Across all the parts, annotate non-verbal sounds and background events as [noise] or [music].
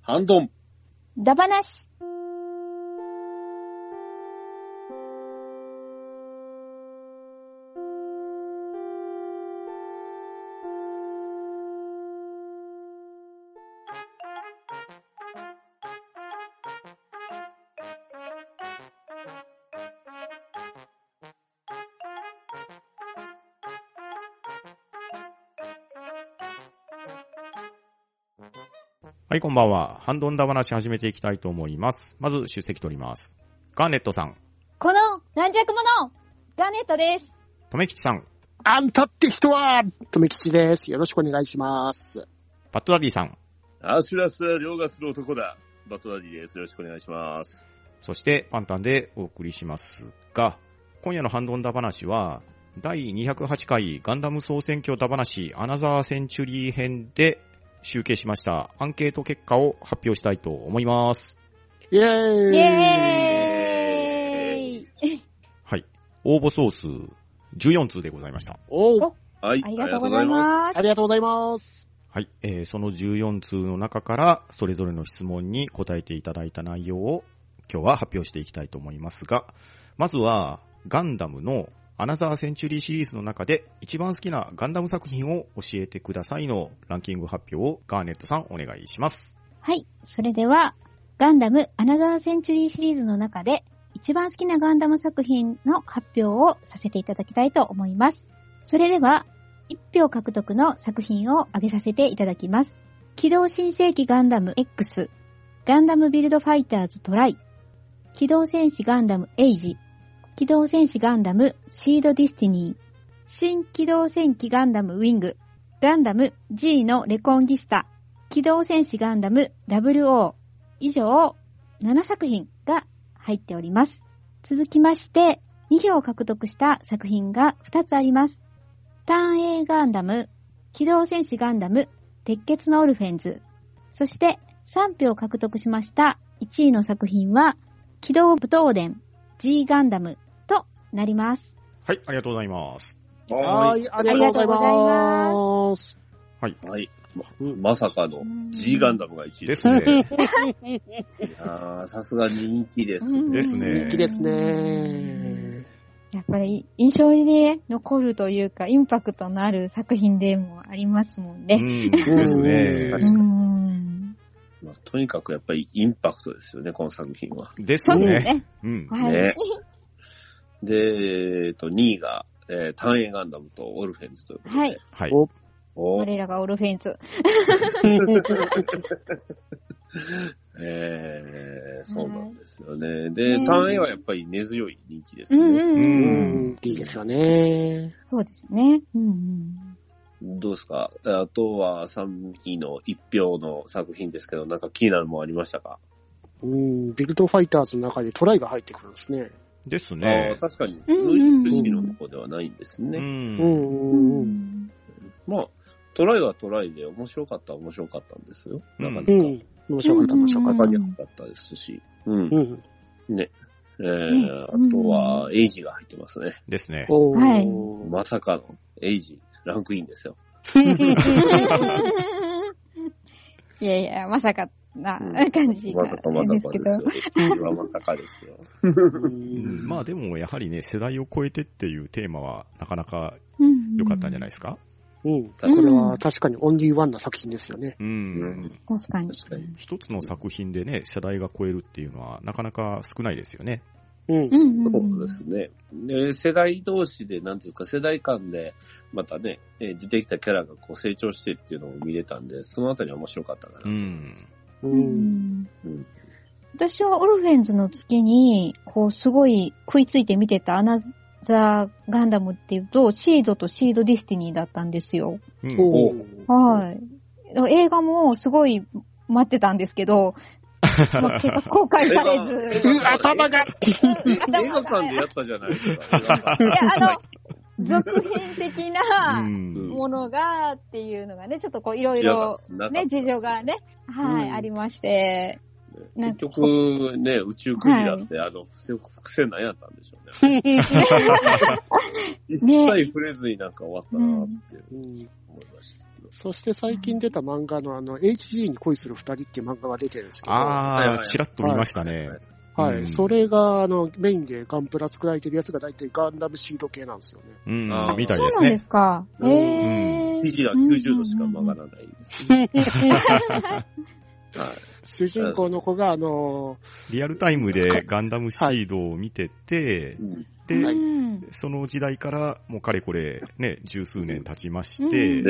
ハンドン。ダバなし。はい、こんばんは。ハンドンダ話始めていきたいと思います。まず、出席取ります。ガーネットさん、この軟弱者ガネットです。とめきちさん、あんたって人は、とめきちです。よろしくお願いします。バッドダディさん、アシュラスは凌駕する男だ。バトダディです。よろしくお願いします。そしてパンタンでお送りしますが、今夜のハンドンダ話は、第208回ガンダム総選挙ダ話アナザーセンチュリー編で集計しましたアンケート結果を発表したいと思います。イェーイイエーイはい。応募総数14通でございました。おうはい。ありがとうございますあ。りがとうございます。はい、えーその14通の中から、それぞれの質問に答えていただいた内容を、今日は発表していきたいと思いますが、まずは、ガンダムのアナザーセンチュリーシリーズの中で、一番好きなガンダム作品を教えてくださいのランキング発表をガーネットさんお願いします。はい。それでは、ガンダムアナザーセンチュリーシリーズの中で、一番好きなガンダム作品の発表をさせていただきたいと思います。それでは、1票獲得の作品を挙げさせていただきます。機動新世紀ガンダム X、ガンダムビルドファイターズトライ、機動戦士ガンダムエイジ、機動戦士ガンダムシードディスティニー、新機動戦機ガンダムウィング、ガンダム G のレコンギスタ、機動戦士ガンダム WO 以上7作品が入っております。続きまして、2票を獲得した作品が2つあります。ターン A ガンダム、機動戦士ガンダム、鉄血のオルフェンズ。そして3票を獲得しました1位の作品は、機動武闘伝 G ガンダムとなります。はい、ありがとうございます。ははーい、ありがとうございます。はい。い。はい。ままさかの G ガンダムが1位でですす。ね。あーさすが人気です。ですね人気ですね。やっぱり印象にね、残るというか、インパクトのある作品でもありますもんうね。ん、ですうね。んん。まあとにかくやっぱりインパクトですよね、この作品は。ですそうですね。ね。うん。はい。ねで、えっと、2位が、えー、単影ガンダムとオルフェンズということで。はい。はい。お我らがオルフェンズ。 [laughs] えー、そうなんですよね。で、ね単影はやっぱり根強い人気ですうね。んうんううん。ん、いいですよね。そうですね。うんうん。どうですかあとは3位の1票の作品ですけど、なんか気になるもんありましたか、うん、ビルドファイターズの中でトライが入ってくるんですね。ですあねあ。確かに、うんうんうん無印の方ではないんですう。ね。うんん、うん、まあ、トライはトライで面白かったは面白かったんですよ。なかなかう、ん。面白かった、面白かっ他た。になかったですし。うんう。ん。えー、あとは、エイジが入ってますね。ですね。おーはいまさかの、エイジ、ランクインですよ。いやいや、まさかなうん感じがまさかまさかですよ。エイジはまさかですよ。うんまあでもやはりね、世代を超えてっていうテーマはなかなか良かったんじゃないいですかうん、これは確かにオンリーワンな作品ですよね。うん。確かに。確かに一つの作品でね、世代が超えるっていうのはなかなか少ないですよね。うん。うんうん。そうですね。で、世代同士で、なんていうか、世代間で、またね、えー出てきたキャラがこう成長してっていうのを見れたんで、そのあたりは面白かったかなとう思いんま。す。う。うんんうん私はオルフェンズの月に、こう、すごい食いついて見てたアナザーガンダムっていうと、シードとシードディスティニーだったんですよ。うんおうーはい。映画もすごい待ってたんですけど、まあ結構公開されず。映画頭 [laughs] うがん映頭画が館でやったじゃないですか。 [laughs] いや、あの、続編的うなんものがっていうのがね、ちょっとこういろい映画ろ館、なかったね、事情がね、はい、うんありまして、なん結か局、ね、宇宙クジラって、あの、伏せ伏せ何やったんでしょうね。一切触れずになんか終わったなってうん思いましたけど。そして最近出た漫画のあの、HG に恋する二人っていう漫画が出てるんですけど、ははいはいあはー、いちらっと見ましたね。い、うんそれがあの、メインでガンプラ作られてるやつが大体ガンダムシード系なんですよね。うんあ、ーみたいそうですなんでね。すか。えうんえー。肘が90度しか曲がらないです [laughs] ね。はい主人公の子があの、リアルタイムでガンダムシードを見てて、うんで、はいうんその時代からもうかれこれね、十数年経ち [laughs] ましうんて、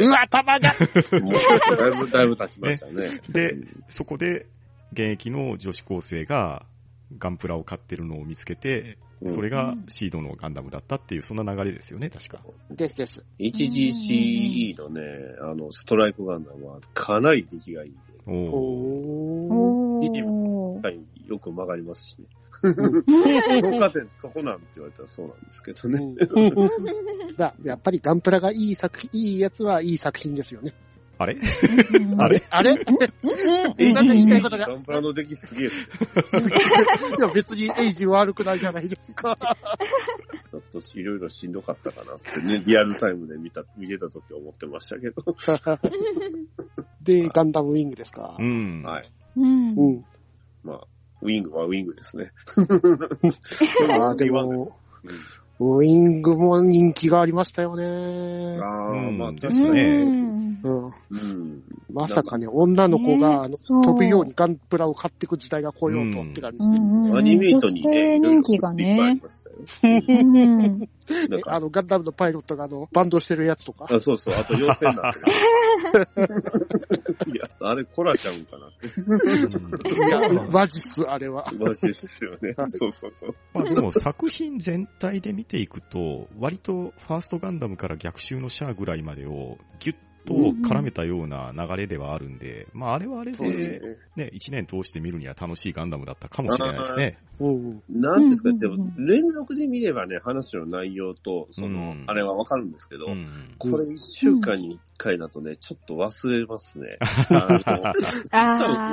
うわ、頭がもうだいぶ、だいぶ経ちましたね。で、そこで現役の女子高生がガンプラを買ってるのを見つけて、うんそれがシードのガンダムだったっていう、そんな流れですよね、確か。ですです。 HGCE のね、あの、ストライクガンダムはかなり出来がいいんで、おーおー。おやっーぱりよく曲がりますしね。う評価点そこなんって言われたらそうなんですけどね。 [laughs] だやっぱりガンプラがいい作品、いいやつはいい作品ですよね。あれんあれあれう [laughs] んなんか言いたいことがガンプラの出来すげえ。ちいや別にエイジ悪くないじゃないですか。ょっといろいろしんどかったかなってね、リアルタイムで見た、見てた時思ってましたけど。で、ガンダムウィングですかう。ん。はい。うんう。ん。まあ、ウィングはウィングですね。 [laughs] ああ、でウィングはも、ウィングも人気がありましたよね。ああうー、んまあ確かですに。ねうんうん、うん。まさかね、女の子ねが、あのそう飛ぶようにガンプラを買っていく時代が来ようとって感じ。うんうんアニメイトに女性ね、人気がいろいろいっぱいあねり。ましたよ。うんうん [laughs] なんあか、の、ガンダムのパイロットが、あの、バンドしてるやつとか。あそうそう、あと妖精なんだ [laughs] けどいや、あれコラちゃうんかなって。いや、 [laughs] マジっす、あれは。マジですよね。そうそうそう。まあでも作品全体で見ていくと、割とファーストガンダムから逆襲のシャアぐらいまでをギュッと絡めたような流れではあるんで、まああれはあれそうですで、ね、1年通して見るには楽しいガンダムだったかもしれないですね。うん。なんですか、うんうんでうんも、連続で見ればね、話の内容と、その、うんあれはわかるんですけど、うん。これ一週間に一回だとね、ちょっと忘れ [laughs] ますね。あの多あ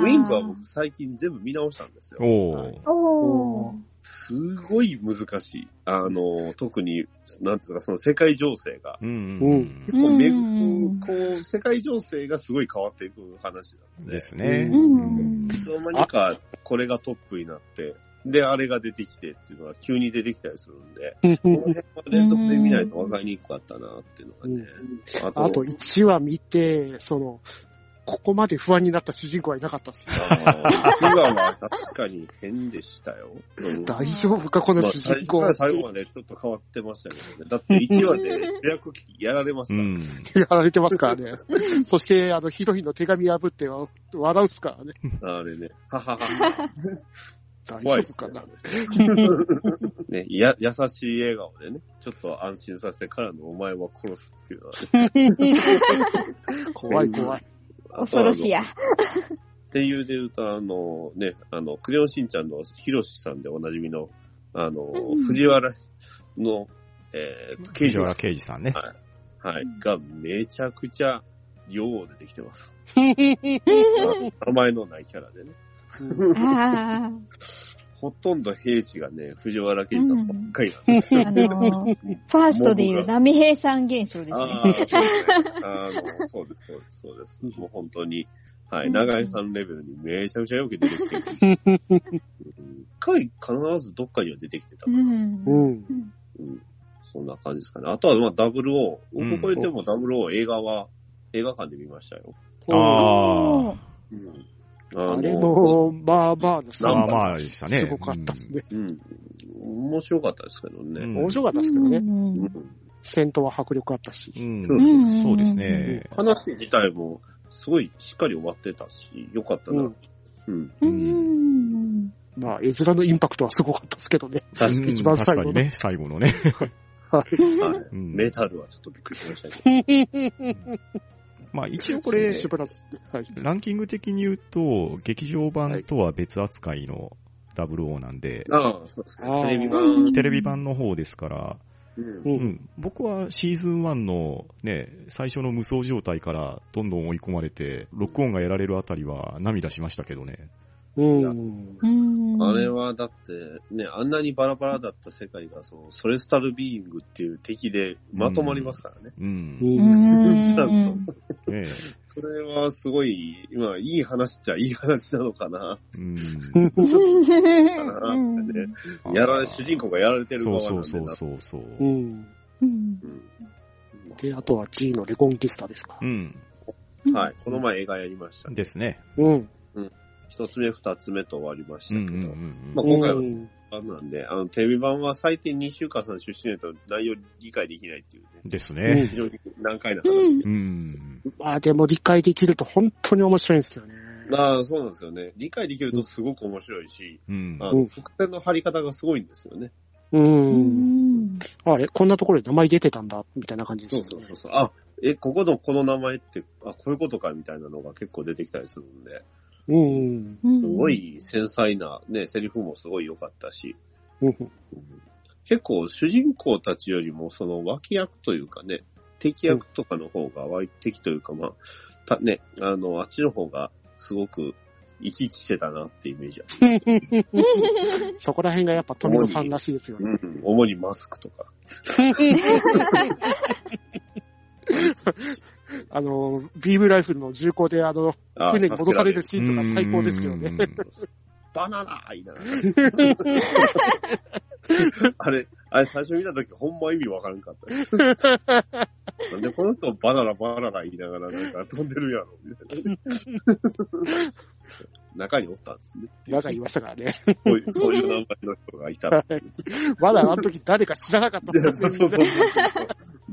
分ーウィングは僕最近全部見直したんですよ。おはーい。おーすごい難しい。あの、特に、なんですか、その世界情勢が。うんううん。結構めぐうんこう、世界情勢がすごい変わっていく話なんで。ですね。ううんんいつの間にか、これがトップになって、で、あれが出てきてっていうのは急に出てきたりするんで、この辺は連続で見ないと分かりにくかったなっていうのがね。ああと1話見て、その、ここまで不安になった主人公はいなかったっすね。あの、今は確かに変でしたよ。うん大丈夫か、このまあ主最人初公からって最後までちょっと変わってましたけどね。だって1話で主役やられますうから。ん。やられてますからね。そして、あの、ヒロインの手紙破っては笑うっすからね。あれね。ははは。大丈怖いで夫すかかなら。ね、や、優しい笑顔でね、ちょっと安心させてからのお前は殺すっていうのはね。怖い怖い。恐ろしいや。声優で言うと、あの、ね、あの、クレヨンしんちゃんのヒロシさんでおなじみの、あの、うん藤原の、えー、刑藤事原刑事さんね。はいうん、がめちゃくちゃ、よう出てきて [laughs] ます。名前のないキャラでね。あーほとんど兵士がね、藤原刑事さんばっかりなんですよ。あのー、ファーストでいう波平さん現象ですねあ。あ、そうですね。あの、そうです、そうです、そうです。もう本当に、はい、長井さんレベルにめちゃくちゃよく出てきてる。うん一回必ずどっかには出てきてたかうら、ん。う。ん。うんそんな感じですかね。あとは、まあ、ダブルオうんー。ここでもダブルオー映画は、映画館で見ましたよ。ああ。うん。あのれ、も、まあまナまあのあンさ、バまあでしたね。すごかったっすね。うん。面白かったですけどうね。ん面白かったっすけどね。うん戦闘は迫力あったし。うん。そううんそうですね。話自体も、すごいしっかり終わってたし、よかったな。うん。うん。まあ、絵面のインパクトはすごかったっすけどね。確うん一番最後確のかにね、最後の [laughs] ね。かに。うんメタルはちょっとびっくりしましたけど。まあ一応これし、ばらくはい。ランキング的に言うと、劇場版とは別扱いの WO なんで、ああ、そうですあね。あテレビ版。テレビ版の方ですから、うんう。うんん、僕はシーズン1のね、最初の無双状態からどんどん追い込まれて、ロックオンがやられるあたりは涙しましたけどね。うん。うん。あれはだって、ね、あんなにバラバラだった世界が、その、ソレスタルビーイングっていう敵でまとまりますからね。うん。う。ねうんん。ちゃんと。え。それはすごい、まあ、いい話っちゃいい話なのかな。うん。うんやられ、主人公がやられてるそう側なんそうでそうなそうそう。うん。うんで、あとは G のレコンキスタですかう。ん。はい。この前映画やりましたね。ですね。うん。一つ目、二つ目と終わりましうたんけうど、んまあうん。今回はうんなんで、あの、テレビ版は最低2週間さん出身と内容理解できないっていうね、ですうね。非常に難解な話。うん。まあでも理解できると本当に面白いんですよね。まあ、そうなんですよね。理解できるとすごく面白いし、うん。あうの、ん伏線の張り方がすごいんですよね。う。うんん。あれ、こんなところで名前出てたんだ、みたいな感じですそようね。そうそうそう。あ、え、ここのこの名前って、あ、こういうことかみたいなのが結構出てきたりするんで、うん。すすご。い繊細な、ね、セリフもすごい良かったし、うん。うん結構主人公たちよりもその脇役というかね、敵役とかの方が、脇敵というかまあ、たね、あの、あっちの方がすごく生き生きしてたなってイメージある。そこら辺がやっぱ富野さんらしいです [laughs] よね。うん、主にマスクとか。あの、ビームライフルの銃口であの、あ船に戻される助シーンとか最高ですけどね。うんうんうけられんるバナナいいながら。あれ、あれ最初見た時ほんま意味わからんかった。なんでこの人バナナバナナ言いながらなんか飛んでるやろ、みたいな。中におったんですね。なんか言いましたからね。そういう、そういう名前の人がいたら。まだあの時誰か知らなかったいや [laughs] そうそうそう。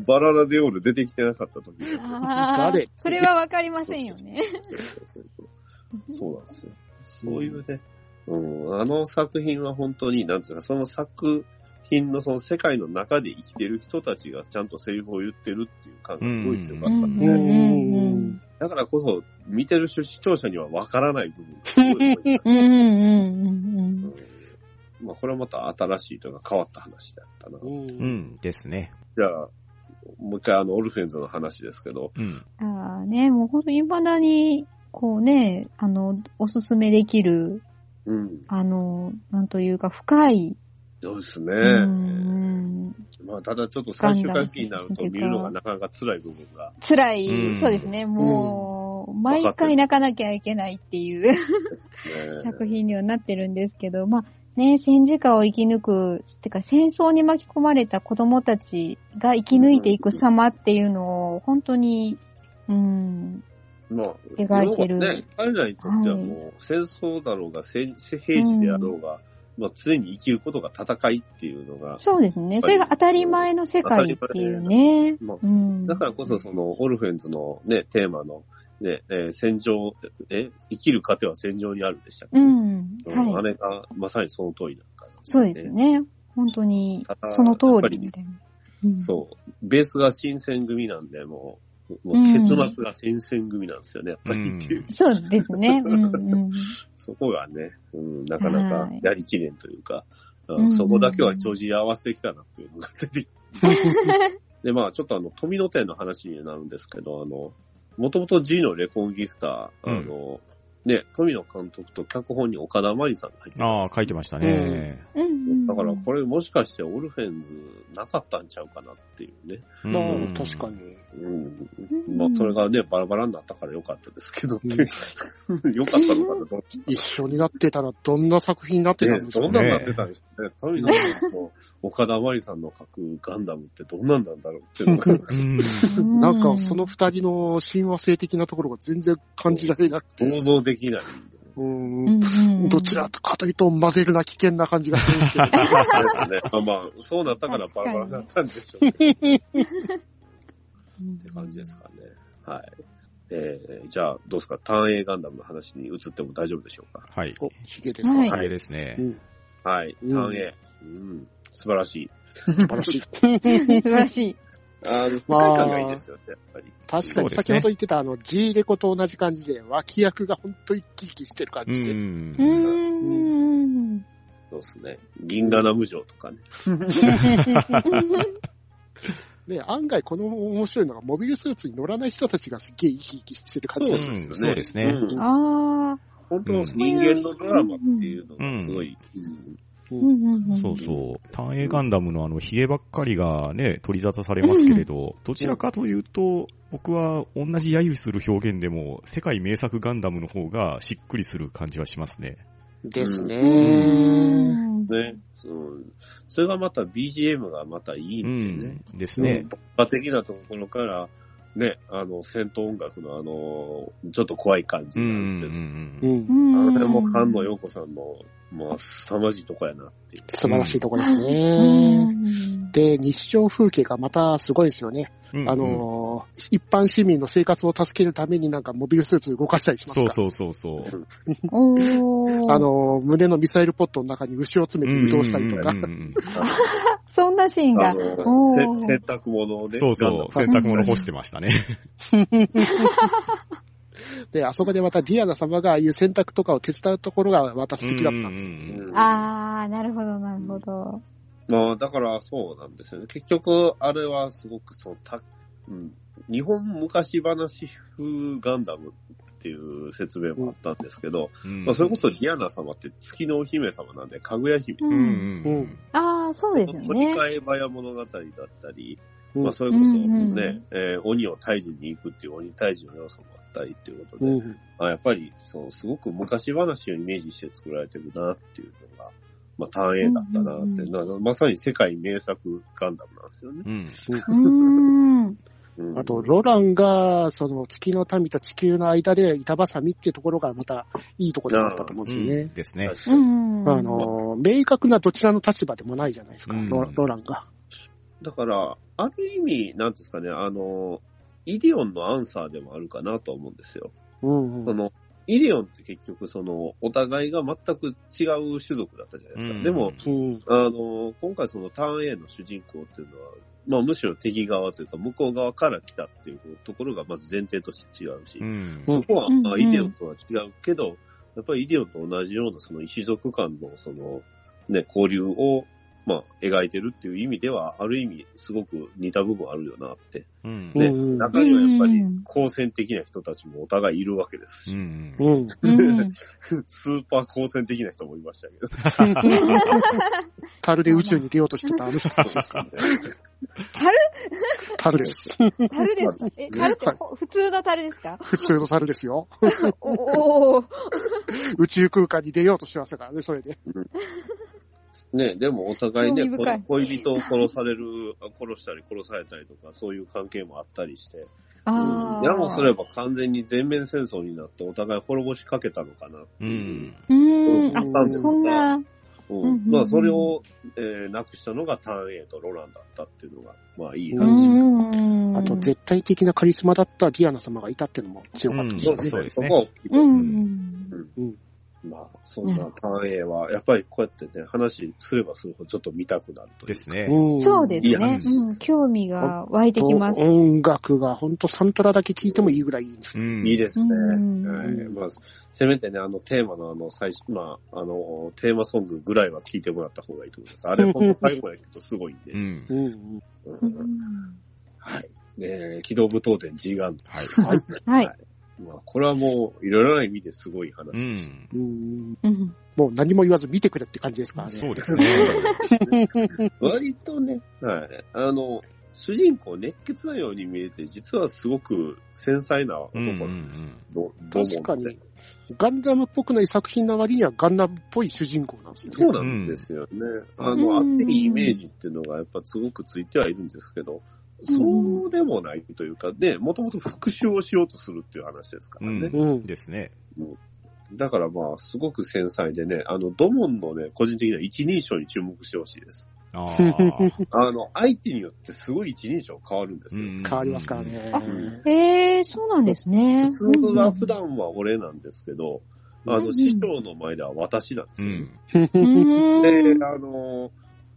バララデオール出てきてなかった時ああ誰、それはわかりませんよね。 [laughs] そうそうそうそうなんですよ。そういうね、うん、あの作品は本当に、なんつうか、その作品のその世界の中で生きてる人たちがちゃんとセリフを言ってるっていう感がすごい強かったんで、ううんん。だからこそ見てる視聴者にはわからない部分がすごい多い。うんうんまあこれはまた新しいというか変わった話だったな。う。じうんん。ですね。ゃあ、もう一回あのオルフェンズの話ですけど、うん。うん。ああね、もう本当に未だに、こうね、あの、おすすめできる、うん、あの、なんというか深い、そうですね。うん、まあ、ただちょっと3週間期になると見るのがなかなか辛い部分が。辛い、うんそうですね、もう、かってる毎回泣かなきゃいけないっていう。作品にはなってるんですけど、まあね、戦時下を生き抜く、てか戦争に巻き込まれた子供たちが生き抜いていく様っていうのを本当に、うん、まあ、描いてる要はね、彼らにとってはもう戦争だろうが、せ平時であろうが、まあ常に生きることが戦いっていうのが、そうですね。それが当たり前の世界っていうね。まあうん。だからこそそのオルフェンズのね、テーマのね、えー戦場、え、生きる糧は戦場にあるでしたっけ、うん。あはい。れがまさにその通りなのかな。そうですね。本当にた、だその通りみたいな。うんそう。ベースが新選組なんで、もう、もううん結末が新選組なんですよね、やっぱりっていう。うんそうですね。うんうん。そこがね、うん、なかなかはいやりきれんというか、んうんうん、そこだけは調子合わせてきたなっていうのが出て [laughs] きて。で、まあちょっとあの、富野店の話になるんですけど、あの、もともと G のレコンギスター、あの、ね、富野監督と脚本に岡田真理さんが入ってたんあであ、す書いてましたね。うんう [laughs] ん。だからこれもしかしてオルフェンズなかったんちゃうかなっていうね。まあうん、確か。に。うん。うんまあそれがね、バラバラになったから良かったですけどっていう。 [laughs] 良かったのかなと思って一緒になってたらどんな作品になってたんでしょどうんねなんなってたんですね。富野さんと岡田真理さんの書くガンダムってどんなんなんだろうっていうのが、うん。うんなんかその二人の親和性的なところが全然感じられなくて。想像できない。うんうんうん [laughs] どちらかというと混ぜるな危険な感じがするんですけど。ですね。まあまあ、そうなったからバラバラになったんでしょうけどっうんて感じですかね。はい。えー、じゃあ、どうですか単影ガンダムの話に移っても大丈夫でしょうかはい。お、ヒゲですか、はいあれですねう。んはい。うん単影。うん。素晴らしい。素晴 [laughs] らしい。素晴らしい。あの、世界まあ観がいいですよね、やっぱり。確かそうに、ですね先ほど言ってたあの G レコと同じ感じで、脇役が本当に生き生きしてる感うじで。う。んーん。そうですね。銀河ナム城とかね。ね、案外この面白いのが、モビルスーツに乗らない人たちがすっげえ生き生きしてる感じがするんですよね。そうですねうん [laughs] ああ、本当、うん人間のドラマっていうのがすごい、うんうんうん。そうそう。単影ガンダムのあの、ヒゲばっかりがね、取り沙汰されますけれど、どちらかというと、僕は同じ揶揄する表現でも、世界名作ガンダムの方がしっくりする感じはしますね。ですうね。ん。ね、そうそれがまた BGM がまたいいうんでねん。。ですね。僕は的なところから、ね、あの、戦闘音楽のあの、ちょっと怖い感じうにんなってうる。んううん。ん。あのあ辺も菅野陽子さんの、まあ、凄まじいとこやなっていう。素晴らしいとこですうね。ん。で、日常風景がまたすごいですよね。うんあうんのー、一般市民の生活を助けるためになんかモビルスーツ動かしたりしますかそうら。そうそうそう。おー。あ、のー、胸のミサイルポットの中に牛を詰めて移動したりとかうん。うんうんそんなシーンあが。おの、ーせ洗濯物をね。そうガンダそムう、洗濯物干してましたね。で、あそこでまたディアナ様がああいう選択とかを手伝うところがまた素敵だったんですよ。うんうんうんうんあー、なるほど、なるほど。まあ、だからそうなんですよね。結局、あれはすごくそのた、うん、日本昔話風ガンダムっていう説明もあったんですけど、うんまあ、それこそディアナ様って月のお姫様なんで、かぐや姫。ううんん。ううんんあー、そうですよ取りね。替え早物語だったり、うんまあ、それこそね、うんうんえー鬼を退治に行くっていう鬼退治の要素もあったりっていうことで、うんまあ、やっぱりそうすごく昔話をイメージして作られてるなっていうのが、まあ、単影だったなって、うんなまさに世界名作ガンダムなんですよね。うん。うーん。うんあと、ロランが、その、月の民と地球の間で板挟みっていうところがまたいいところだったと思うんですよね。ですね。確かうにん。あ、のー、明確などちらの立場でもないじゃないですか、うんロロランが。だから、ある意味、なんていうんですかね、あの、イディオンのアンサーでもあるかなと思うんですよ。うんうそん。の、イディオンって結局、その、お互いが全く違う種族だったじゃないですか。でも、うんあの、今回そのターン A の主人公っていうのは、まあむしろ敵側というか向こう側から来たっていうところがまず前提として違うし、うん、うそん。こは、まあうんうんイデオンとは違うけど、やっぱりイデオンと同じようなその異種族間のそのね、交流をまあ描いてるっていう意味では、ある意味すごく似た部分あるよなって。うんうんね、うん中にはやっぱりうん好戦的な人たちもお互いいるわけですうし、んう。ん。うん。スーパー好戦的な人もいました [laughs] けど。樽で宇宙に出ようとしてたあの人たち。樽です。樽です。え、樽ってほ普通の樽ですか普通の樽ですよ。おお。宇宙空間に出ようとしてましたからね、それで。ね、でもお互いね、興味こ深い恋人を殺される、あ殺したり殺されたりとか、そういう関係もあったりして、ああ。やもすれば完全に全面戦争になってお互い滅ぼしかけたのかなってういんう。。うーん。あ、感じですそんな。うんうんうんうんまあ、それを、えーなくしたのがターン A とロランだったっていうのが、まあ、いいう話。んうん。あと、絶対的なカリスマだったディアナ様がいたっていうのも強かったですよね。そうですねこは大きいとう思う、ん。まあ、そんなターン A は、やっぱりこうやってね、話すればするほどちょっと見たくなるという。ですね。うんそうですいねや。うん。興味が湧いてきます。音楽が本当サントラだけ聴いてもいいぐらいいいんですよ。うん。いいですね。うんはい。まあ、せめてね、あの、テーマのあの、最初、まあ、あの、テーマソングぐらいは聞いてもらった方がいいと思います。あれ、ほんと最後まで聞くとすごいんうで。ん。うんうんううんんはい。えー、機動武闘伝 G ガンダはい。ム。はい。はい。 [laughs] まあ、これはもう、いろいろな意味ですごい話うでしん。うんうん。もう何も言わず見てくれって感じですからね。そうですね。た。割とね、はい。あの、主人公熱血なように見えて、実はすごく繊細な男うんうんうなんです。ん。どどう確かもねに。、ガンダムっぽくない作品の割にはガンダムっぽい主人公なんですそようね。なんですよね。んあの、熱いイメージっていうのがやっぱすごくついてはいるんですけど、そうでもないというか、で、もともと復讐をしようとするっていう話ですからね。うん。ですね。だからまあ、すごく繊細でね、あの、ドモンのね、個人的な一人称に注目してほしいです。あーあの、相手によってすごい一人称変わるんですうよ。ん変わりますからね。ええ、そうなんですね。普通は普段は俺なんですけど、あうんうの、ん師匠の前では私なんでうすよね。ん。うん。でうん、あの、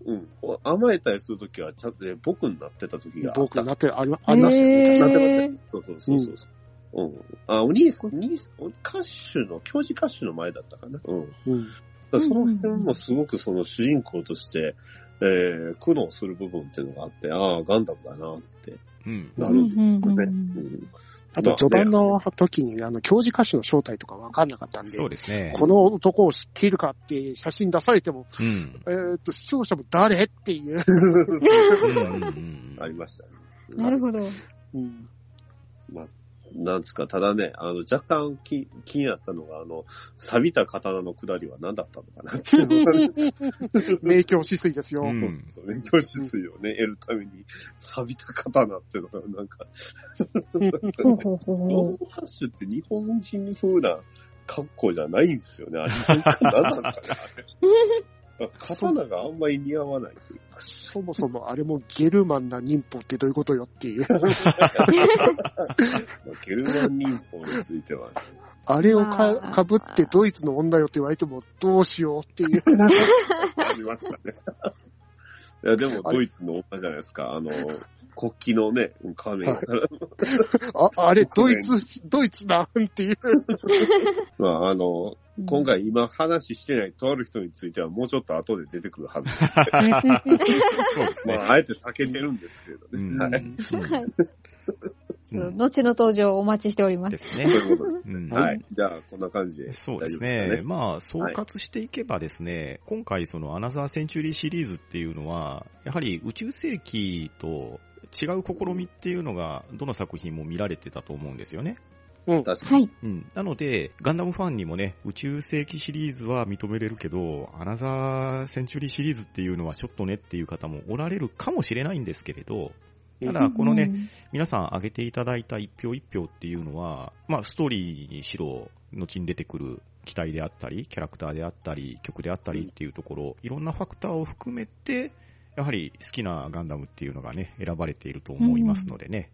うん、甘えたりするときは、ちゃんとね僕になってたときがあっ [laughs] 僕たになってる、ありありましたよね。な確っかてにますね。そうそうそうそう。うん。あ、お兄さん、お兄さん、歌手の、教授歌手の前だったかな。うん。だかうんらその辺もすごくその主人公として、えー、苦悩する部分っていうのがあって、ああ、ガンダムだなってうん。なうるんんですうんね。ううんん。あとまあ序盤の時に、あの、教授歌手の正体とかわかんなかったんで、そうですね。この男を知っているかって写真出されても、うん。えーっと、視聴者も誰っていう。うんうんうんありましたね。なるほど。うんなんですか、ただね、あの、若干気気になったのが、あの、錆びた刀の下りは何だったのかなっていうのが。明鏡止水ですよ。うんそうね、教師水をね、得るために、錆びた刀っていうのが、なん [laughs] か、ほうほうほう日ほ本う。歌手って日本人風な格好じゃないんですよね。あれ、なんなんですかね、あれ。刀があんまり似合わないというか。そもそもあれもゲルマンな忍法ってどういうことよっていう。ゲルマン民法については、ね、あれをかあーかぶってドイツの女よって言われてもどうしようっていう。ありましたね。 [laughs] いや、でも、ドイツの女じゃないですか。あの、国旗のね、仮面はあ、あれドイツ、ドイツなんていう。まあ、あの、今回今話してないとある人についてはもうちょっと後で出てくるはず。そうですまね。あ、あえて避けてるんですけれどうね。んはい。はい。うちょっとん後の登場をお待ちしておりますで。すとね。いうことで。うんはい。じゃあ、こんな感じで。そうで大丈す夫ねで。すかまあ、総括していけばですね、今回そのアナザーセンチュリーシリーズっていうのは、やはり宇宙世紀と違う試みっていうのが、どの作品も見られてたと思うんですよね。うん。確かはに。い。うん。なので、ガンダムファンにもね、宇宙世紀シリーズは認めれるけど、アナザーセンチュリーシリーズっていうのはちょっとねっていう方もおられるかもしれないんですけれど、ただ、このね、皆さん挙げていただいた一票一票っていうのは、まあ、ストーリーにしろ、後に出てくる機体であったり、キャラクターであったり、曲であったりっていうところ、いろんなファクターを含めて、やはり好きなガンダムっていうのがね、選ばれていると思いますのでね。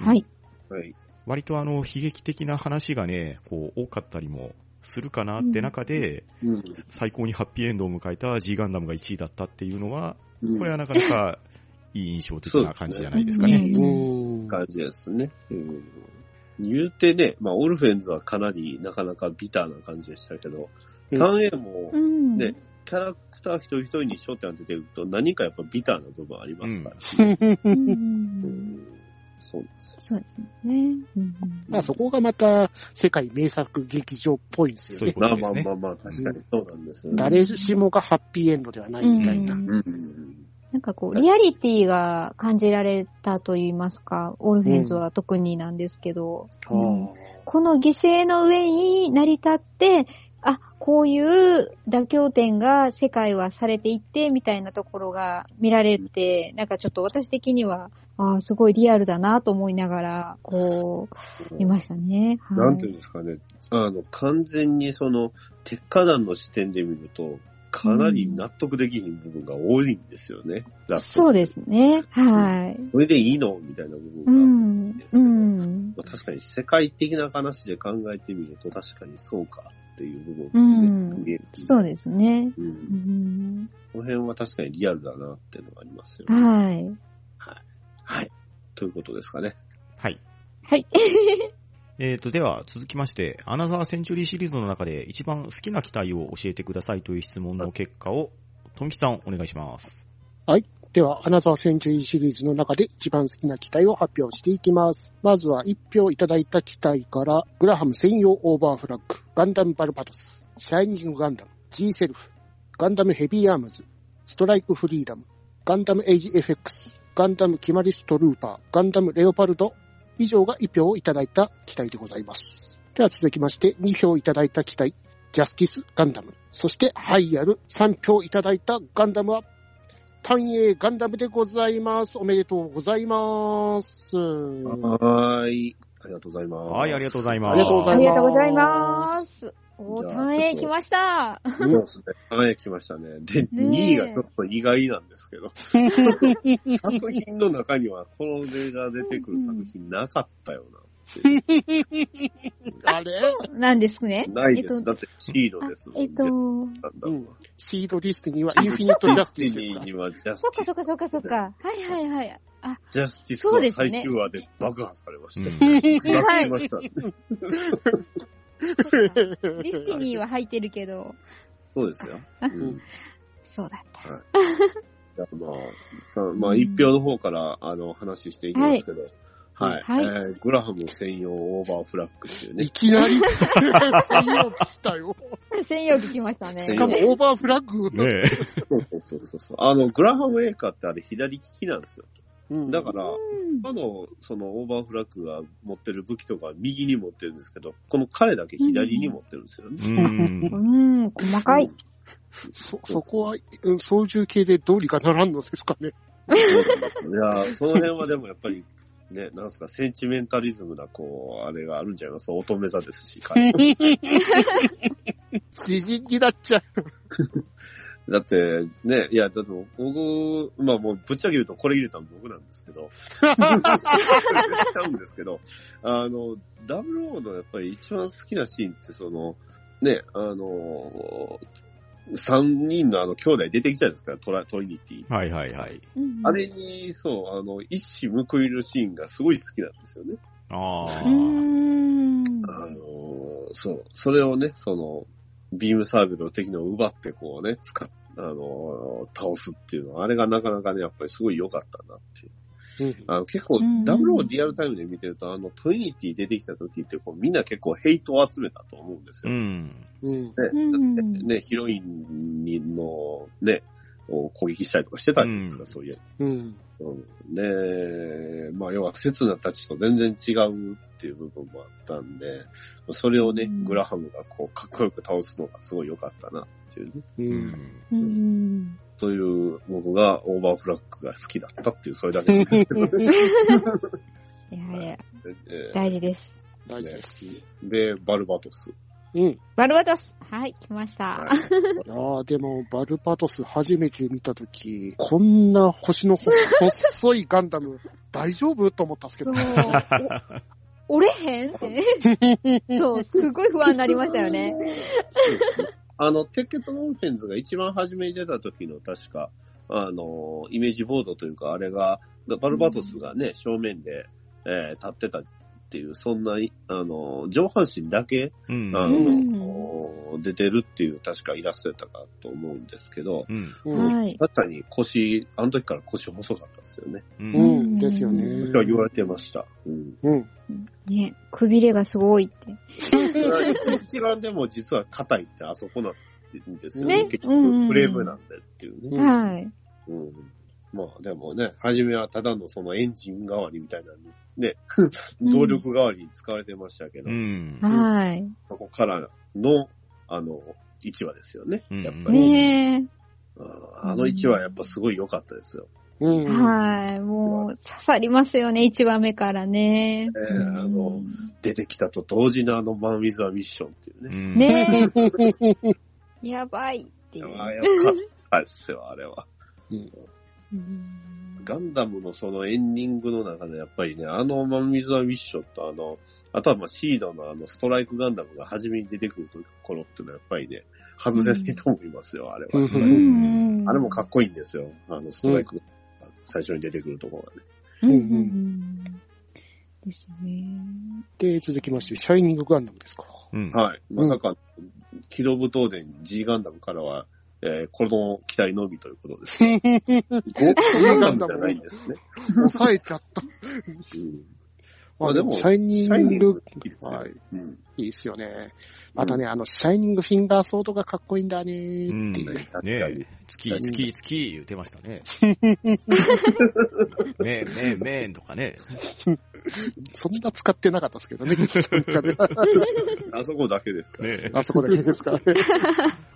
うん。はい。はい。割とあの、悲劇的な話がね、こう、多かったりもするかなって中で、うん。最高にハッピーエンドを迎えた G ガンダムが1位だったっていうのは、うんこれはなかなかいい印象的な感じじゃないですかそうねです。ねうん。感じですね。うん。言うてね、まあ、オルフェンズはかなり、なかなかビターな感じでしたけど、うん単影もう、ん。ね、キャラクター一人一人に焦点当ててると、何かやっぱビターな部分ありますから。う。うんんそうですよ。そうですね。うんうん。まあそこがまた世界名作劇場っぽいんですよそういうね。こまとあますあでねま。あまあ、確かにそうなんですよね。誰しもがハッピーエンドではないみたいな。うんうん。なんかこう、リアリティが感じられたと言いますか、オールフェンズは特になんですけど、うんこの犠牲の上に成り立って、あ、こういう妥協点が世界はされていって、みたいなところが見られて、なんかちょっと私的には、あーすごいリアルだなと思いながら、こう、見ましたね。はい、なんていうんですかね、あの、完全にその、鉄火団の視点で見ると、かなり納得できひん部分が多いんですよね。ラストそうですね。はい。これでいいのみたいな部分うが。ん。うん。まあ確かに世界的な話で考えてみると確かにそうかっていう部う分でん見える。そうですね。うんうん、この辺は確かにリアルだなっていうのがありますよね。はい。はい。ということですかね。はい。はい。えー、と、では、続きまして、アナザーセンチュリーシリーズの中で一番好きな機体を教えてくださいという質問の結果を、トンキさんお願いします。では、アナザーセンチュリーシリーズの中で一番好きな機体を発表していきます。まずは1票いただいた機体から、グラハム専用オーバーフラッグ、ガンダムバルバトス、シャイニングガンダム、G セルフ、ガンダムヘビーアームズ、ストライクフリーダム、ガンダムエイジ FX、ガンダムキマリストルーパー、ガンダムレオパルド、以上が1票をいただいた機体でございます。では続きまして、2票いただいた機体、ジャスティスガンダム、そしてハイアル、3票いただいたガンダムは、単影ガンダムでございます。おめでとうございます。はーい。ありがとうございます。はい、ありがとうございます。ありがとうござあいりまがとうございます。おー、じゃあ単影来ました。 [laughs] そうですね。輝きましたね。で、ねえ2位がちょっと意外なんです [laughs] けど、作品の中にはこの例が出てくる作品なかったよあれなんですね。な。ないです。えっだとってシードですもん。えっと、絶対うなんんだわ。シードディスティニーはインフィニットジャスティスですディズかニーにはジャスそっテかィスそっかそっかそっか。はいはいはい。ジャスティスそうはですね最終話で爆破されました。うん爆破しましたね。そっかディスティニーは入ってるけど、そうですよ。うんそうだった。じゃあまあ、さまあ、一票の方から、あの、話していきますけど、はい。はいえーグラハム専用オーバーフラッグっていうねい。きなり、専用機来たよ。専用機来ました専ね [laughs] し。用か機もオーバーフラッグ。ねえ。そうそうそうそうそう。あの、グラハムエーカーってあれ左利きなんですよ。だから、うん他の、その、オーバーフラッグが持ってる武器とかは右に持ってるんですけど、この彼だけ左に持ってるんですよね。 [laughs] うん。うん、細かい。そ、そこは、うん操縦系でどうにかならんのですかね。そうなんですよいや、その辺はでもやっぱり、ね、なんすか、センチメンタリズムな、こう、あれがあるんちゃいます乙女座ですし、彼知人になっちゃう。だって、ね、いや、だって僕、まあもうぶっちゃけ言うとこれ入れたの僕なんですけど、ちゃうんですけど、あの、WO のやっぱり一番好きなシーンって、その、ね、あの、三人のあの兄弟出てきたじゃないですか、トラ、トリニティ。はいはいはい。うんあれに、そう、あの、一矢報いるシーンがすごい好きなんですよね。ああう。ん。あのーそう、それをね、その、ビームサーベルを敵のを奪ってこうね、使っ、あのー倒すっていうのは、あれがなかなかね、やっぱりすごい良かったなっていう。あの結構、うんダブルをリアルタイムで見てると、あの、トリニティ出てきた時って、こう、みんな結構ヘイトを集めたと思うんですうよ。ん。ううん。んねだってね、ヒロインの、ね、を攻撃したりとかしてたじゃないですか、うんそういう。うん。うんで、まあ、要は刹那たちと全然違うっていう部分もあったんで、それをね、うんグラハムがこう、かっこよく倒すのがすごい良かったなっていうね。う。うんん。 [laughs] うん。という、僕がオーバーフラッグが好きだったっていう、それだけなん [laughs] ですけど、いやいや、え大事です。大ー事です。で、バルバトス。うん。バルバトスはい、来ました。いやーでも、バルパトス初めて見たとき、こんな星のほ [laughs] 細いガンダム、大丈夫と思ったんですけそどう。。お折れへんってね。 [laughs] そう、すごい不安になりましたよね。あの、鉄血のオフェンズが一番初めに出た時の確か、あの、イメージボードというか、あれが、バルバトスがね、正面で、えー立ってたっていう、そんな、いあの、上半身だけ、うん。あうのんこう出てるっていう確かイラストやったかと思うんですけど、うん。うん。はい。確かに腰、あの時から腰細かったですよね。う。うんん。ですよね。私は言われてました。うん。うん。ね、くびれがすごいって。一番でも実は硬いってあそこなんですよね。ね結うん局フレームなんでっていうね。うんはい。うんまあでもね、初めはただのそのエンジン代わりみたいなね、うん動力代わりに使われてましたけど、うん。はい。そこからの、あの、1話ですよね。やっぱり。ねうんあの1話やっぱすごい良かったですよ。うんえ。。はい。もう、刺さりますよね、一話目からね。ええあの出てきたと同時のあのマン・ウィズ・ア・ミッションっていうね。[laughs] ねねえ、やばいっていう。ああ、やっぱ、あれっすよ、あれは。うんガンダムのそのエンディングの中でやっぱりね、あのマン・ウィズ・ア・ミッションとあの、あとはまあシードのあのストライクガンダムが初めに出てくるところっていうのはやっぱりね、外れないと思いますよ、あれは。うんうんうんうんあれもかっこいいんですよ。あの、ストライクが最初に出てくるところがね。うんうんううんですね。で、続きまして、シャイニングガンダムですか。うん。はい。まさか、機動武闘伝 G ガンダムからは、えーこの機体のみということですね。ゴーガンダムじゃないんですね。抑えちゃった。うんままああででもも、シャイニシャイニンンググ、いいですよはいうんいいっすよね。またね、あの、シャイニングフィンガーソードがかっこいいんだねーっていう。うん確ねかにえ。、月、月、月言ってましたね。ねえ、ねえ、ねえとかね。そんな使ってなかったですけど [laughs] ね、結局あそこだけですから。ねえ。あそこだけですからね。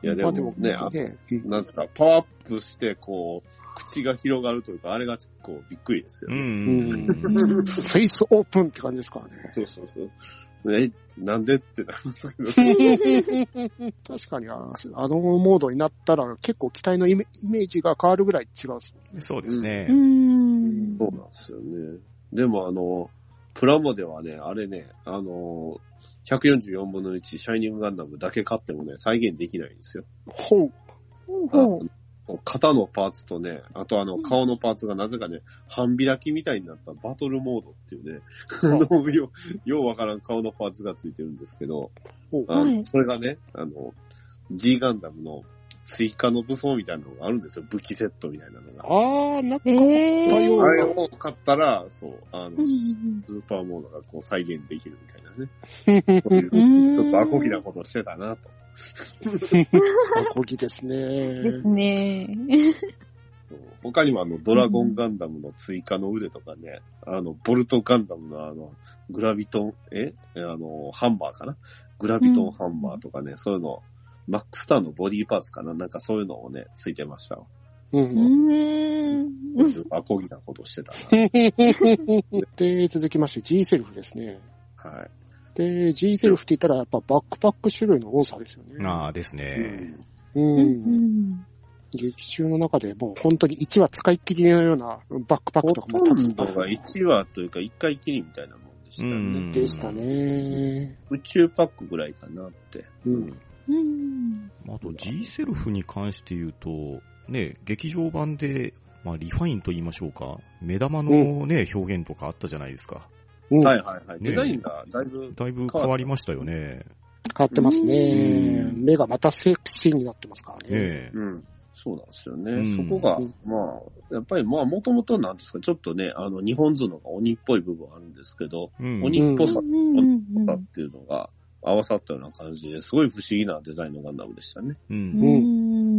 いやでまあでももね、あねうんなんですか、パワーアップして、こう、口が広がるというか、あれが結構びっくりですようね。ん。うんフェイスオープンって感じですからね。 [laughs] そうそうそう。え、なんでってなりますけ [laughs] ど。確かにあ、あのモードになったら結構機体のイメイメージが変わるぐらい違うっす。そうですねう。んそうなんですよね。でもあの、プラモではね、あれね、あの、144分の1、シャイニングガンダムだけ買ってもね、再現できないんですよ。ほう。ほうあほの肩のパーツとね、あとあの顔のパーツがなぜかね、半開きみたいになったバトルモードっていうね、あ [laughs] のようようわからん顔のパーツがついてるんですけど、ほうあのはいそれがね、あの、G ガンダムの追加の武装みたいなのがあるんですよ。武器セットみたいなのが。ああ、なんか、え多え様あれな。を買ったら、そう、あうの、んスーパーモードがこう再現できるみたいなね。そういううちん。ょっとアコギなことしてたなと。アコギですね。ですね。そう他にもあの、ドラゴンガンダムの追加の腕とかね、あの、ボルトガンダムのあの、グラビトン、えあの、ハンマーかなグラビトンハンマーとかね、そういうの、マックスターのボディーパーツかななんかそういうのをね、ついてましたわ。ううんーん。アコギなことしてたで、続きまして G セルフですね。な。はい。で、G セルフって言ったらやっぱバックパック種類の多さですよね。ああですね。う。うんん。劇中の中でもう本当に1話使い切りのようなバックパックほとかともたくさんんあどがる。 1話というか1回きりみたいなもんでしたようね。んでしたね。宇宙パックぐらいかなって。うん。うん。あと G セルフに関して言うと、ね、劇場版で、まあ、リファインと言いましょうか、目玉のね、表現とかあったじゃないですか。うん。はい変はいはい。ねえデザインがだいぶ、だいぶ変わりましたよね。わってますねう。ん目がまたセクシーになってますからね。ねえ。うん。そうなんですようね。んそこが、まあ、やっぱりまあ、もともとなんですか、ちょっとね、あの、日本図の方が鬼っぽい部分あるんですけど、うん鬼っぽさうんうんうんだっていうのが合わさったような感じですごい不思議なデザインのガンダムでしたね。う。うん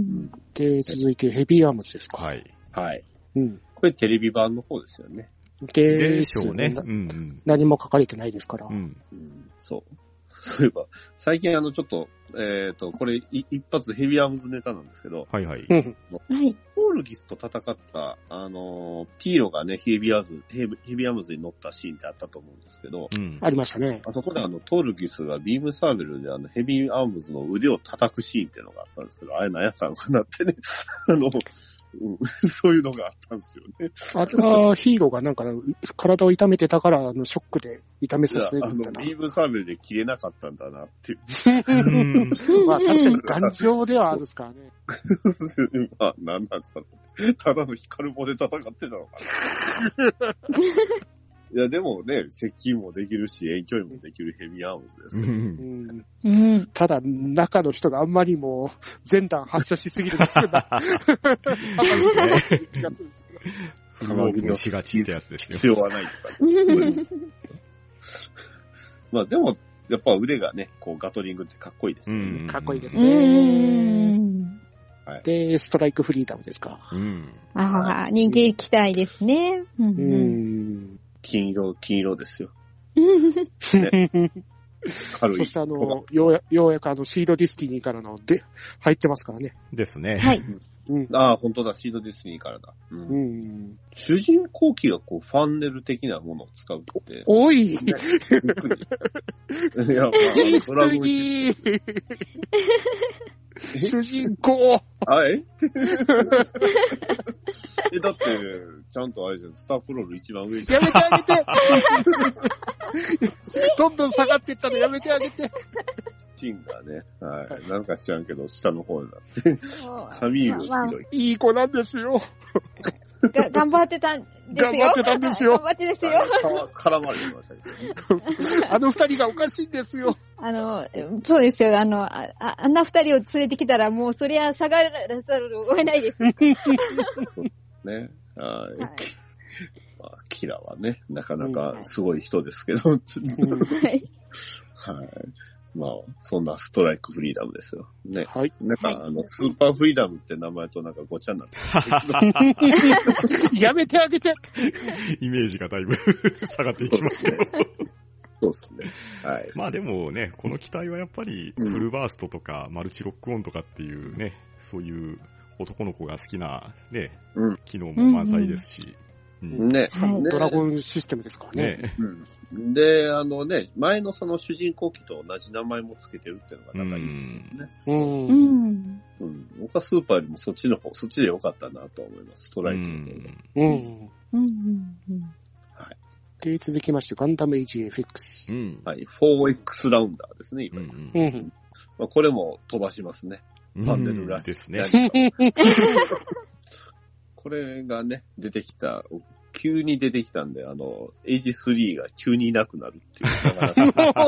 ん。で、続いてヘビーアームズですか。はい。はい。うん。これテレビ版の方ですよね。ででしょうね。なうん何も書かれてないですからうん。う。ん。うん、そう。 [laughs] そういえば、最近あの、ちょっと、えっ、と、これい一発ヘビーアームズネタなんですけど、はいはい。うん。はい。オールギスと戦った、あのー、ピーロがね、ヘビアーズ、ヘビヘビアームズに乗ったシーンってあったと思うんですけど、うん。ありましたね。あそこであの、トールギスがビームサーベルであの、ヘビーアームズの腕を叩くシーンっていうのがあったんですけど、あれ何やったのかなってね、 [laughs] あの、うん、 [laughs] そういうのがあったんですよね。あれはヒーローがなんか、体を痛めてたから、あの、ショックで痛めじさゃあせ、あるの、みたいな。ビームサーベルで切れなかったんだなっていう。 [laughs] うんまあ確かに頑丈ではあるですからね。まあ、なんなんですかね。 [laughs] ただの光る棒で戦ってたのかな。いや、でもね、接近もできるし、遠距離もできるヘビーアームズですうよ。うんん、うん。ただ、中の人があんまりもう、全弾発射しすぎるんですけど、気がするんですけどフルワークのしがちってやつですよ。必要はないですかね。まあでも、やっぱ腕がね、こうガトリングってかっこいいですよね。うんかっこいいですうね。ん。で、ストライクフリーダムですか。うん。ああ、人気期待ですね。う。うんん。金色、金色ですよ。軽そいし。てあの、ようやようやくあの、シードディスティニーからの、で、入ってますからね。ですね。はい。うん。ああ、本当だ、シードディスニーからだ。うんうん。主人公機がこう、ファンネル的なものを使う [laughs] って。おいびデっくりいや、まあィステドラゴンィ一ニー主人公あ、え [laughs] え、だって、ちゃんとあれじゃん、スタープロール一番上じゃん。やめてあげて [laughs] どんどん下がっていったのやめてあげてシーンがね、はい。なんか知らんけど、下の方だ。髪色まあひどい。いい子なんですよ。が頑張ってたんですよ。頑張ってたんですよ頑張ってですよ。か [laughs] 絡まれてましたけど。 [laughs] あの二人がおかしいんですよ。あの、そうですよ。あの、あああんな二人を連れてきたら、もうそりゃ下がらざるを得ないです。はい。ね。 [laughs] はい。まあ、キラはね、なかなかすごい人ですけど、 [laughs] はい。はい。まあ、そんなストライクフリーダムですよ。ね。はい。なんか、はいあの、スーパーフリーダムって名前となんかごちゃになってる [laughs] やめてあげてイメージがだいぶ下がっていきます。けど。そうですね。はい。まあでもね、この機体はやっぱりフルバーストとかマルチロックオンとかっていうね、そういう男の子が好きなねうん、機能も満載ですし。うんね。はいねドラゴンシステムですからね。ねうんで、あのね、前のその主人公機と同じ名前もつけてるっていうのがなんかいいですよね。う。うんん。うん。僕はスーパーよりもそっちの方、そっちで良かったなと思います。ストうライクの方が。ん。うん。うんうんうん。で、続きまして、ガンダムう AGFX。ん。はい。4X ラウンダーですね、う今。んう。ん。まあ、これも飛ばしますね。うんパンデルらしいですね。これがね、出てきた、急に出てきたんで、あの、エイジ3が急にいなくなるっていうなかなか。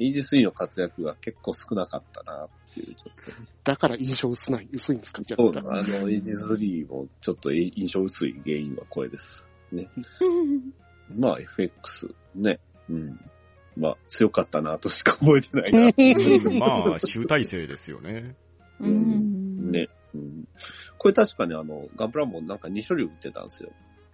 イージス・イーの活躍が結構少なかったなっていう、ちょっと。 [laughs] だから印象薄ない、薄いんですかじゃあ。そうだな、あの、イージス・リーもちょっと印象薄い原因はこれです。まあ、FX ね。うん。まあ、強かったなとしか覚えてないな。うんまあ、集大成ですよね。うん。ね。うん、これ確かね、あの、ガンプラもなんか2種類売ってたんですよ。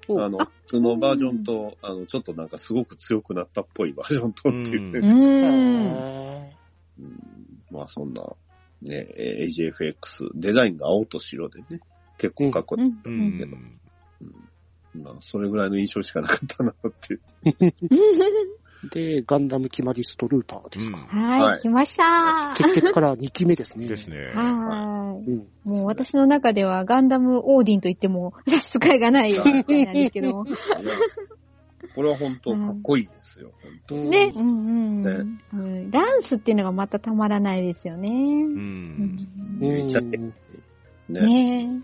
おあの、普通のバージョンと、あの、ちょっとなんかすごく強くなったっぽいバージョンとっていうね。うーん。へうんまあそんな、ね、えー AGFX、デザインが青と白でね、結構かっこいい。うん。ううんん。まあそれぐらいの印象しかなかったなっていう。ーで、ガンダム決まりストルーパーですか。は、はいい来ました鉄血から2期目ですうね。ん。です。ね。はーい。うん。もう私の中ではガンダムオーディンと言っても差し支えがないみたいなんですけども。いやこれは本当かっこいいですよ、本ね。ううんんうんねうん。ダンスっていうのがまたたまらないですよね。う。うん当んに。めちゃくちゃね。ね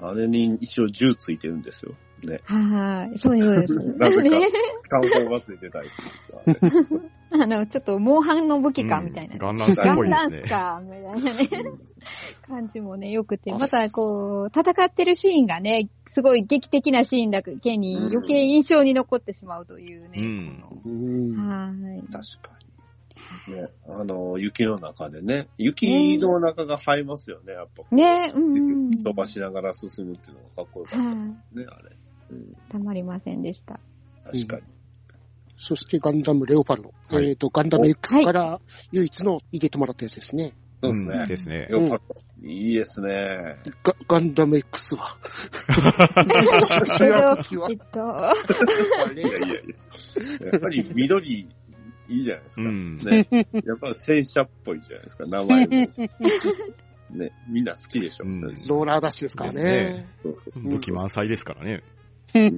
あれに一応銃ついてるんですよ。ね。え。はい。そうです、 [laughs] そうなです。ぜかね。使う方忘れてたりす [laughs] るんですよあの、ちょっと、モンハンの武器か、みたいな。ガンダムガっぽンいでダすンスね。か、みたいなね、あれうん感じもね、よくて。あまた、こう、戦ってるシーンがね、すごい劇的なシーンだけに、うん余計印象に残ってしまうというね。うんこうんのはい。確かに。ね、あの、雪の中でね、雪の中が映えますよね、やっぱ。ねうんうん雪を飛ばしながら進むっていうのがかっこよかったね、はあれ。うん、い。たまりませんでした。確かに。そしてガンダムレオパルド。はいえっと、ガンダム X から唯一の入れてもらったやつですね。そううんでですすね。。ねよかった。いいですね。ガガンダム X は。それを、はえっと、いやいやいや。やっぱり緑、いいじゃないですうか。ん。ね。やっぱり戦車っぽいじゃないですか、名 [laughs] 前も。ね、みんな好きでしょ。うんローラーダッシュですからね。そう武器満載ですからね。ね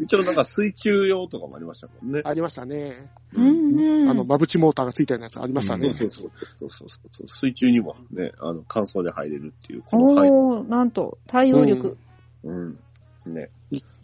一応なんか水中用とかもありましたもんね。ありましたね。うんうん。あの、マブチモーターがついたようなやつありましたそうね。そうそうそうそうそう。水中にもね、あの、乾燥で入れるっていう、この入おー、なんと、対応力。うん。ね。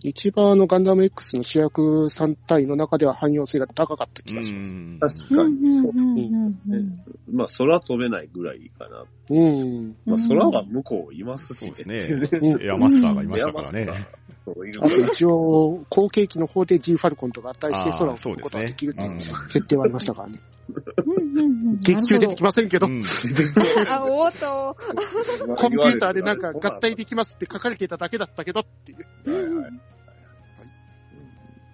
一番あのガンダム X の主役3体の中では汎用性が高かった気うがします。ん。確うんかうんに。そううんうんうねん。まあ、空飛べないぐらいかな。うん。まあ、空は向こういますしそうね。ですね。うんエアマスターがいましたからエアマねス。ター。そういるあかとら一応、後継機の方で G ファルコンと合体して空あーをそ飛うぶでこすとがでねきるってう。いうん設定はありましたからうね。んうんうん劇中出てきませんけど、うんあ、おーと。コンピューターでなんか合体できますって書かれていただけだったけどっていう。はいはいはい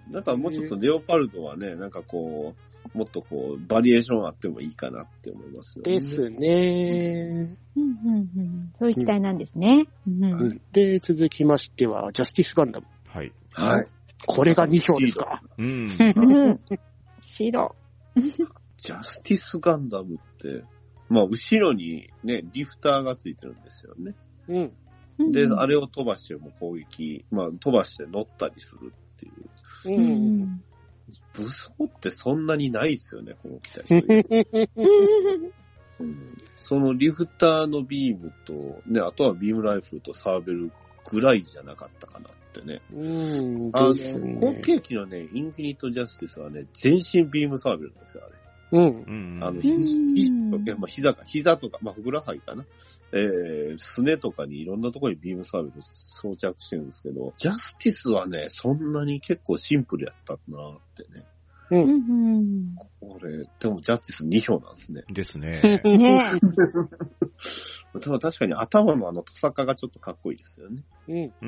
なんかもうちょっとレオパルドはね、なんかこう、もっとこう、バリエーションあってもいいかなって思いますよね。ですね。うんうんうんそういう期待なんですね。うんうんうんで、続きましては、ジャスティスガンダム。はい。 [laughs] はい。これが2票ですか。うん。うん。白。ジャスティスガンダムって、まあ、後ろにね、リフターがついてるんですよね。うん。で、うんあれを飛ばしても攻撃、まあ、飛ばして乗ったりするっていう。うう。んん。武装ってそんなにないですよね、この機体と [laughs] いう、うんそのリフターのビームと、ね、あとはビームライフルとサーベルぐらいじゃなかったかなってね。うん。あの、です後ね。継機のね、インフィニットジャスティスはね、全身ビームサーベルなんですよ、あれ。うん。うん。あの、うひんひいやまあ、膝か、膝とか、まあ、ふくらはぎかな。えー、すねとかにいろんなところにビームサーベル装着してるんですけど、ジャスティスはね、そんなに結構シンプルやったなってね。うんうんこれ、でもジャスティス2票なんですね。ですね。ねでも確かに頭のあのトサカがちょっとかっこいいですよね。う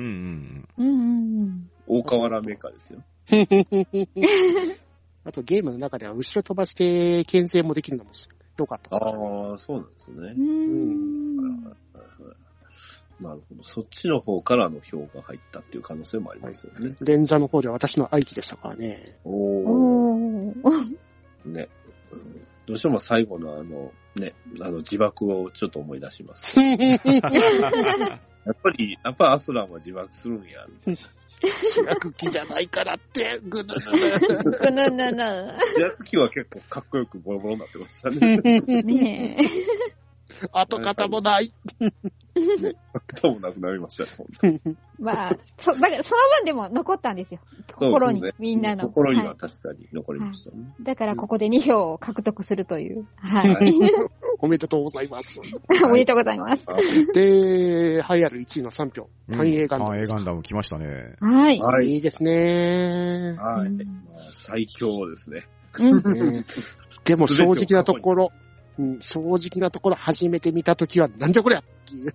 うん。んううんんうん大河原メーカーですよ。あとゲームの中では後ろ飛ばして牽制もできるのも良かったですね。ああ、そうなんですね。うん。うんなるほど。そっちの方からの票が入ったっていう可能性もありますよね。連座の方では私の愛知でしたからね。おお。おー。ね。うんどうしても最後のあの、ね、あの自爆をちょっと思い出します。 [laughs] やっぱり、やっぱアスランは自爆するんや、みたいな。主役機じゃないからって、ぐぬくぬ自ぬぬ。爆機は結構かっこよくボロボロになってましたね。ぬぬ。ねえ。跡形もない。方もなくなりましたね、本まあ、そ、だからその分でも残ったんですよ。当に心に、そうですねみんなの。心にははい確かに残りましたね。だからここで2票を獲得するという。はい。はおめでとうございます。おめでとうございます。で、栄えある1位の3票、単影ガン単ダム影です。ガンダム来ましたね。はい。ははい、いい。いですね。はい。うんまあ最強ですね。うん。ねでも正直なところ、うん、正直なところ初めて見たときはなんじゃこりゃっていう。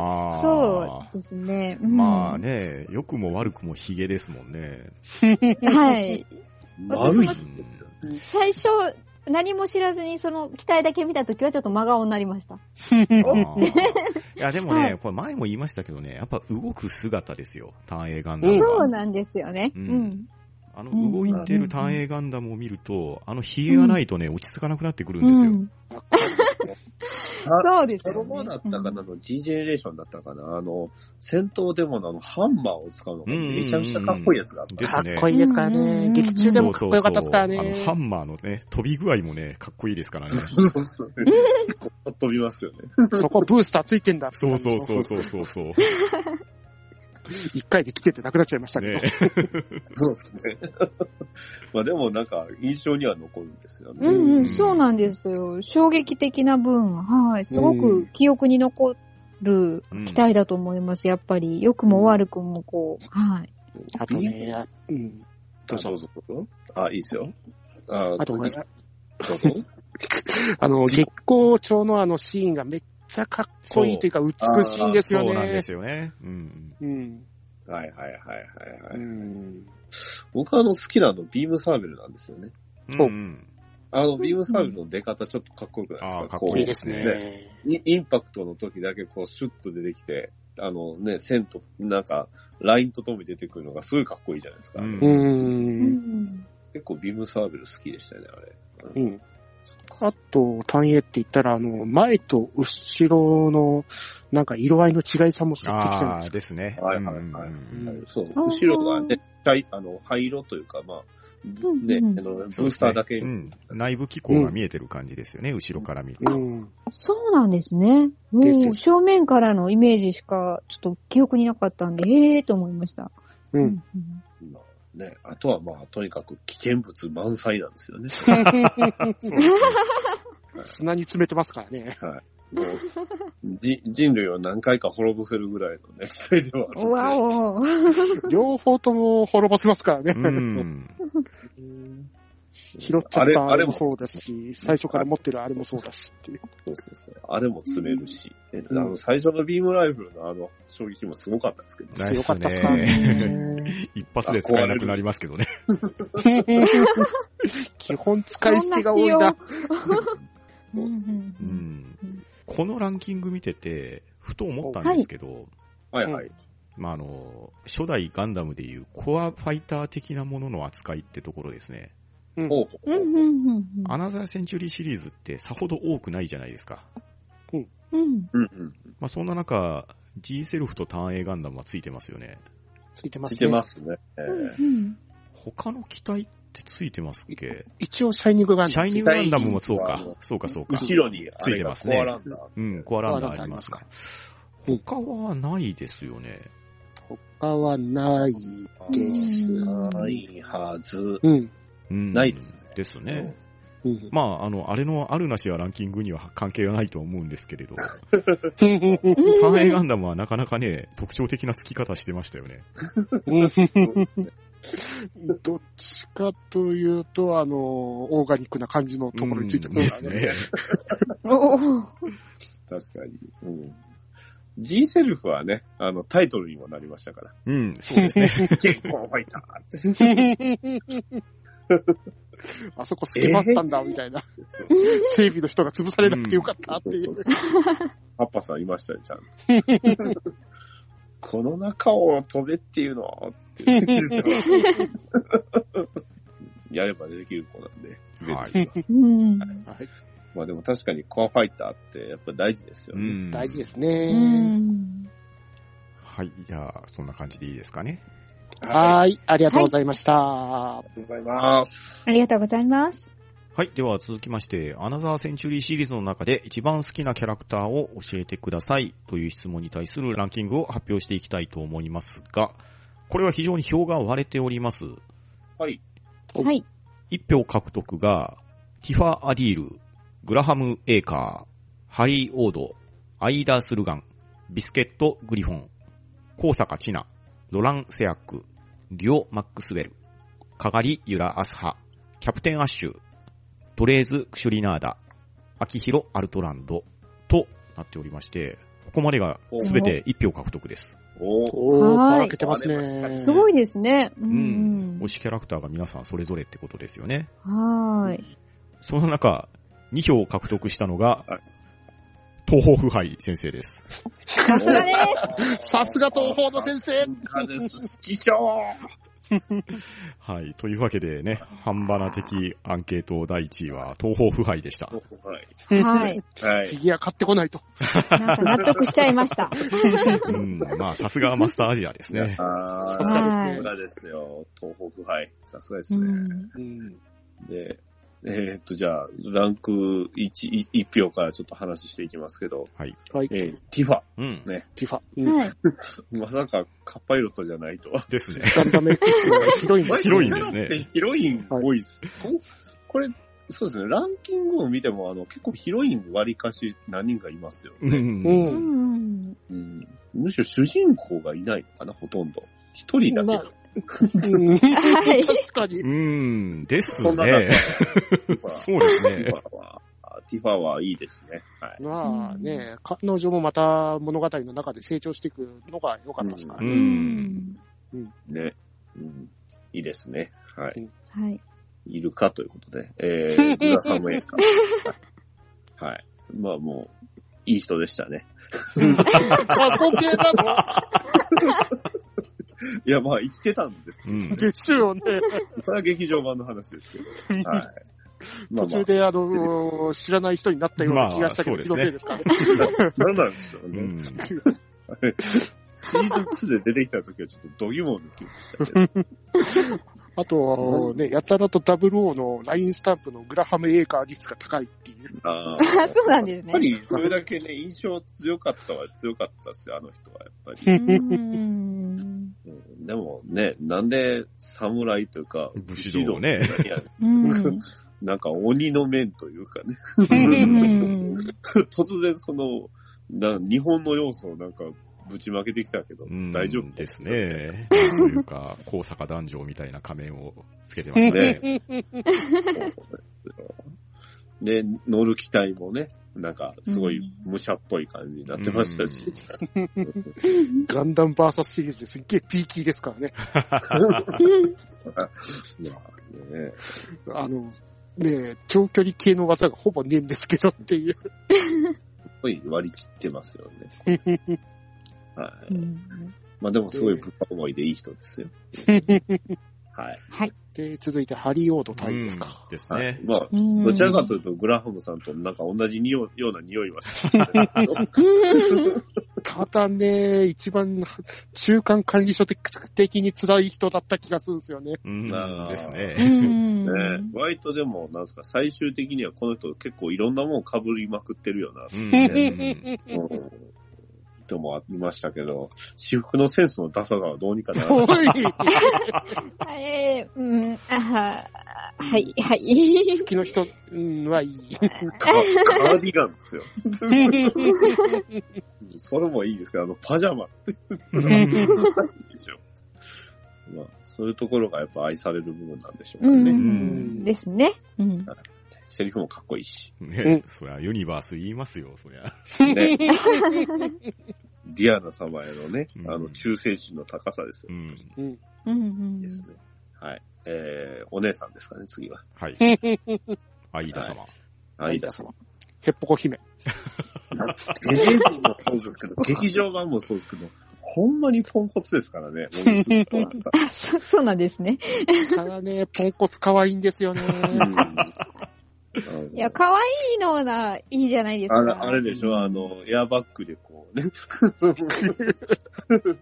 あーそうですね。うんまあ。ね、良くも悪くもヒゲですもんね。はい。丸いうんですよね。最初、何も知らずに、その、機体だけ見たときはちょっと真顔になりました。あーいや、でもはねい、これ前も言いましたけどね、やっぱ動く姿ですよ、単影ガンダムうんは。そうなんですよね。ううんん。あの、うん動いてる単影ガンダムを見ると、あのヒゲがないとね、落ち着かなくなってくるんですよ。うんあその後だったそうですよね。かな、あの G ジェネレーションだったかな、あの、戦闘でものあの、ハンマーを使うのがめちゃくちゃかっこいいやつがあった。です [laughs] かっね。こいいですからうんうんうねん。劇中でもかっこよかったですからそうそうそうあの、ねハ。ンマーのね、飛び具合もね、かっこいいですから [laughs] ね。飛びますよね。そこブースターついてんだ。そうそうそうそうそう [laughs] そう。ね一回で来ててなくなっちゃいましたけど。そうですね。 [laughs] まあでもなんか、印象には残るんですよね。うんうん、そうなんですよ。衝撃的な分、はい。すごく記憶に残るうん機体だと思います、やっぱり。良くも悪くも、こう、はい。あとね、あうん。あ。どうぞどうぞ。あ、いいですよ。ああとごめんなさい。どうぞ。あの、月光町のあのシーンがめっちゃかっこいいというか美しいんですよそうなんでね。すよね。うん。うん。はいはいはいはういはい。ん。僕あの好きなのビームサーベルなんですよね。うんそううん。あのビームサーベルの出方ちょっとかっこよくないですあかーかっここういいですね。イインパクトの時だけこうシュッと出てきて、あのね、線と、なんか、ラインとともに出てくるのがすごいかっこいいじゃないですか。うんううん。ん。結構ビームサーベル好きでしたね、あれ。うん。あと、単影って言ったら、あの、前と後ろの、なんか色合いの違いさも知ってきたんあであ、すですね。はいはいはいうんうんうんうんそう、あー後ろがね、灰あの灰色というか、まあ、んね、うんあのブースターだけう。ん。内部機構が見えてる感じですよね、後ろから見るうと。ん。そうなんですね。ですもでうす正面からのイメージしか、ちょっと記憶になかったんで、ええーと思いました。うん。まあね、あとはまあ、とにかく危険物満載なんですよ [laughs] ね。そうですね砂に詰めてますからね。 [laughs] もうじ人類を何回か滅ぼせるぐらいのね、機械ではあるうんわお。両方とも滅ぼせますからね。うん。 [laughs] 拾っちゃったああれれももそうですし、最初から持ってるあれもそうだしっていう。そうそうそう。あれも詰めるし、ねうんあの、最初のビームライフルのあの、衝撃もすごかったですけどね。ないっ強すかったっすからね。 [laughs] ね。一発で使えなくなりますけどね。基本使い捨てが多いな。そんな仕様。 [laughs] うんううんうんんこのランキング見てて、ふと思ったんですけど、はいはい。まあ、あの、初代ガンダムでいうコアファイター的なものの扱いってところですね。ほうほううんうんうんアナザーセンチュリーシリーズってさほど多くないじゃないですか。うん。うん。うんうん。まあ、そんな中、G セルフと単影ガンダムはついてますよね。ついてまついすてねま。すね。えーうん他の機体ってついてますっけ一応、シャイニングガンシャイニングガンダムもそうか。そうかそうか。後ろにあついれてがますねコアランダーうん、コアランダーありますか。うん他はないですよね。他はないです。ないはず。うん。うんないですね。ですね。うん。まあ、あの、あれのあるなしはランキングには関係はないと思うんですけれど、単影ガンダムはなかなかね、特徴的な付き方してましたよね。どっちかというと、あの、オーガニックな感じのところについてうんくるでからすね。おー確かに。うん。G セルフはね、あの、タイトルにもなりましたから。 [laughs] うん、そうですね。結構ファイターって。 [laughs] あそこ隙間あったんだ、みたいな。整備の人が潰されなくてよかったっていう。 [laughs] パッパさんいましたね、ちゃんと。この中を飛べっていうのはってやればできる子なんで。はいうん。はいまあでも確かにコアファイターってやっぱ大事ですようね。ん大事ですうね。ん。はい、じゃあ、そんな感じでいいですかね。はーい、ありがとうございました。ありがとうございます。ありがとうございます。はい。では続きまして、アナザーセンチュリーシリーズの中で一番好きなキャラクターを教えてくださいという質問に対するランキングを発表していきたいと思いますが、これは非常に票が割れております。はい。おはい。一票獲得が、ティファ・アディール、グラハム・エーカー、ハリー・オード、アイダー・スルガン、ビスケット・グリフォン、高坂千奈、ロラン・セアック、デュオ・マックスウェル、カガリ・ユラ・アスハ、キャプテン・アッシュ、トレーズ・クシュリナーダ、アキヒロ・アルトランド、となっておりまして、ここまでがすべて一票獲得です。おーおー、はーいばらけてますばらけましね。たすごいですね。うん推。しキャラクターが皆さんそれぞれってことですよね。はーい。その中、2票を獲得したのがはい、東方腐敗先生です。さすがです。さすが東方の先生さすがです。師匠はい。というわけでね、半端な的アンケート第1位は東方腐敗でした。はい。 [laughs] はい。はフィい。ギュア買ってこないと。なんか納得しちゃいました。うん。まあ、さすがマスターアジアですね。あーさすがさですすね。がですよ。東北杯。さすがですうね。ん。うんで、えーっと、じゃあ、ランク1、1票からちょっと話していきますけど、はいえ。ーティファ。うん。ティファ。うんはい。まさかカッパイロットじゃないとは。ですね。ガンダム X のヒロ [laughs] [laughs] 広インです。いんですねでヒロイン多いっす。こんこれ、そうですね、ランキングを見ても、あの、結構ヒロイン割りかし何人かいますよう。ね。うん。うんん。うんむしろ主人公がいないのかな、ほとんど。一人だけど。うんはい。確かに。うん。ですそんな中ね。ティファそうですティ。ねファは、ティファはいいですね。はい。まあね、彼女もまた物語の中で成長していくのが良かったですからうね。ん。ね。うん。いいですね。はい。はい。いるかということで、え [laughs] ー、グラサムエイさん。はい。まあもう、いい人でしたね。過去形なのいや、まあ生きてたんですうよ。ん。ですよね。それは劇場版の話ですけど。 [laughs] はい。まあ途ま中で、あの、知らない人になったような気がしたけど、まあ気そうのですねせいですかね。あ、なんなんでしょううね。ん。シーズン2で出てきた時はちょっと度肝を抜きま [laughs] したけど。あと、ね、やたらと00のラインスタンプのグラハムエーカー率が高いっていう。ああーそうなんですやっぱね。りそれだけね、印象強かったは強かったっすよ、あの人は。やっぱうり。ん。うんでもね、なんで侍というか、武士道をね武士道ってうん。 [laughs] なんか鬼の面というかね。うん [laughs] 突然その、な日本の要素をなんかぶちまけてきたけど、うん大丈夫です。ね。というか、高坂男女みたいな仮面をつけてましたね。 [laughs] で、乗る機体もね、なんかすごい武者っぽい感じになってましたし。 [laughs] ガンダムバーサスシリーズですっげえピーキーですからね。まあね、あの、ね長距離系の技がほぼねえんですけどっていう。すごい割り切ってますよね。 [laughs] はい。うんまあでもすごいぶっ思いでいい人ですよ。はい。はい。で、続いてハリーオード隊ですか。うんですはいね。まあ、うんどちらかというと、グラハムさんとなんか同じ匂いような匂いはしてるけ [laughs] どただね、一番中間管理所的に辛い人だった気がするんですよ [laughs] ね。うん。あーですうね。ん。ね、割とでも、なんすか、最終的にはこの人結構いろんなもん被りまくってる [laughs] よな、ううんん。でもありましたけど、私服のセンスのダサさはどうにかならなおい。いえーうん。あははい、はい。好きの人、うん、はいい。カカーディガンですよ。[laughs] それもいいですけど、あの、パジャマってでしょ。まあ、そういうところがやっぱ愛される部分なんでしょううかね。ん。ですね。うん。セリフもかっこいい [laughs] し。 [laughs] ね、そりゃユニバース言いますよ、そりゃ。 [laughs] ね、ディアナ様へのねう、んあの、忠誠心の高さですよう。ん。うんういんういんですね。はい。えー、お姉さんですかね、次は。はい。ヘアイダ様。アイダ様。ッポコ姫。ゲレームもそうです [laughs] けど、劇場版もそうですけど、ほんまにポンコツです [laughs] からね。もうずっとなんかあ、そ、そうなんですね。ただね、ポンコツ可愛いんで [laughs] すよね。うんいや、可愛いのな、いいじゃないですか。あれあれでしょ、あの、エアバッグでこうね、 [laughs] 当たってるのがね、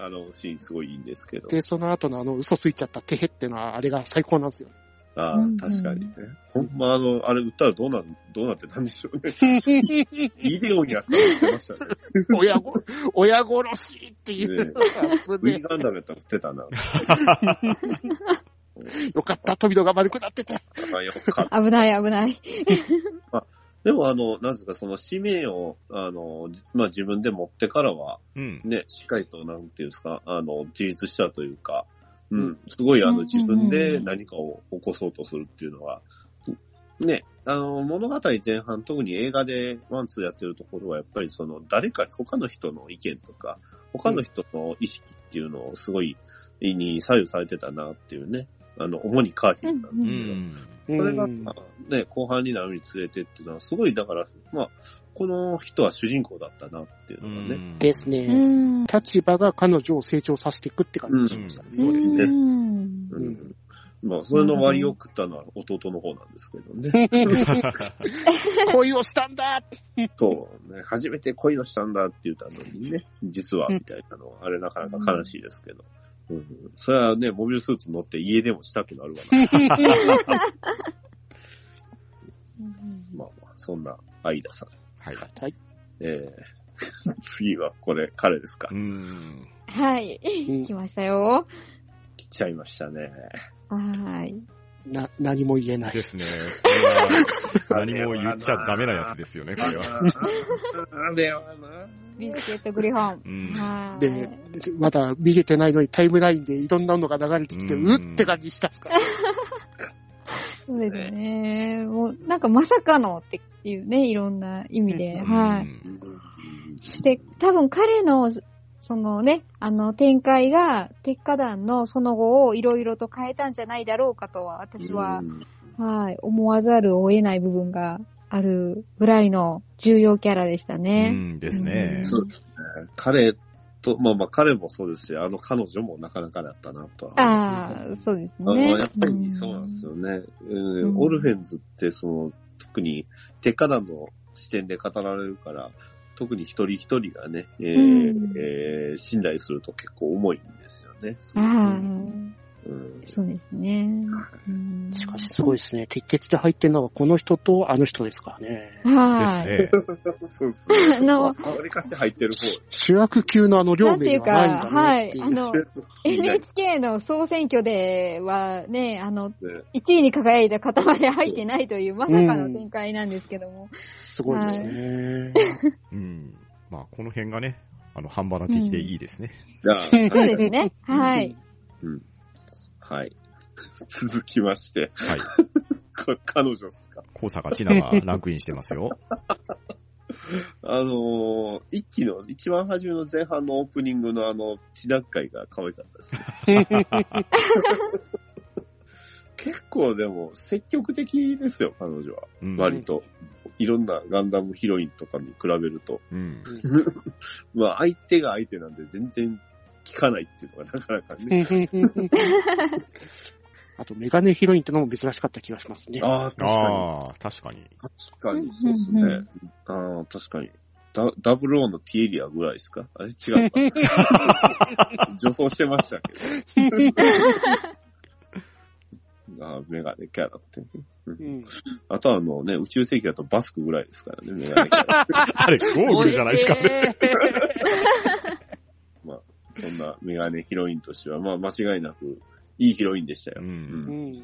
あのシーンすごいいいんですけど。で、その後のあの、嘘ついちゃったてへってのは、あれが最高なんですよ。 [laughs] ああうんうん、確かにね。ほんま、あの、あれ売ったらどうな、どうなってたんでしょうね。 [laughs] ビデオにあったら売ってましたね。親ご、親殺しっていうさ、そウィれンガンダムやったら売ってたな。で、よかった、富野が丸くなってた。あよかった危ない危ない。でも、あの、なんですか、その使命を、あの、じまあ、自分で持ってからは、うん。ね、しっかりと、なんていうんですか、あの、自立したというか、うん、すごい、あの、自分で何かを起こそうとするっていうのは、ね、あの、物語前半、特に映画でワンツーやってるところは、やっぱりその、誰か、他の人の意見とか、他の人の意識っていうのをすごい、に左右されてたなっていうね、あの、主にカーヒーなんですけど、うん。うそれが、んね、後半になるにつれてっていうのは、すごい、だから、まあ、この人は主人公だったなっていううのがね。んです。うね。ん。立場が彼女を成長させていくって感うんじしましたね。そうですねうんうんうんまあ、それの割を食ったのは弟の方なんですけどね。 [laughs] 恋をしたんだそうね、初めて恋をしたんだって言ったのにね、実はみたいなのは、あれなかなか悲しいですけど。うん、それはね、モビルスーツ乗って家でもしたくなるわ [laughs] な。まあまあ、そんな、相田さん。はい。はい。え [laughs] ー、次はこれ、彼ですかう。ん。はい。うん来ましたよ。来ちゃいましたね。はーい。な、何も言えないで。すね。これは何も言っちゃダメなやつですよね、これは。なんだよな。ビスケットグリフォン。うん。はーでい。、まだ見れてないのにタイムラインでいろんなのが流れてきて、うんうって感じしたっすかそうですね。もう、なんかまさかのっていうね、いろんな意味で。うんはい。して、多分彼の、そのね、あの展開が、鉄火団のその後をいろいろと変えたんじゃないだろうかとは、私は、はい、思わざるを得ない部分があるぐらいの重要キャラでしたうね。んですね。そうですね。彼と、まあまあ彼もそうですし、あの彼女もなかなかだったなとは思いますねああ、そうですあのね。やっぱりそうなんですよね。うんうんオルフェンズって、その、特に、鉄火団の視点で語られるから、特に一人一人がね、えーうんえー信頼すると結構重いんですよね。うん。うあんあ、そうですね。うんしかしすごいですね。鉄血で入ってるのはこの人とあの人ですからね。はい。ですね。そうですね。 [laughs] あのわりかし入ってるし主役級のあの両なんてい名うがか、ないんだはねっいて、いう。あの、NHK の総選挙ではね、あの、方ね。 1位に輝いた方まで入ってないという、まさかの展開なんですけども。すごいですね。うん。まあ、この辺がね、あの、半端な敵でいいですね。じ [laughs] ゃあ、そうですね。はい。はい。 [laughs] 続きまして、はい。 [laughs] こ彼女ですか。高坂千奈がランクインしてますよ。あのー一期の、一番初めの前半のオープニングのあの、千段階が可愛かったですね。 [laughs] 結構でも、積極的ですよ、彼女は。うん。割と。いろんなガンダムヒロインとかに比べると。うん。まあ、相手が相手なんで全然聞かないっていうのがなかなかね。 [laughs] あと、メガネヒロインってのも珍しかった気がしますね。ああ、確かに。ああ、確かに。確かに、そうですねうんうん。ああ、確かに。ダダブルオーのティエリアぐらいですかあれ違った。 [laughs] 女装してましたけど。ああ、メガネキャラってね、うんあとはあのね、宇宙世紀だとバスクぐらいですからね、メガネキャ [laughs] ラ。あれ、ゴーグルじゃないですか。そんなメガネヒロインとしては、まあ間違いなく、いいヒロインでしたう。よ。うんんねい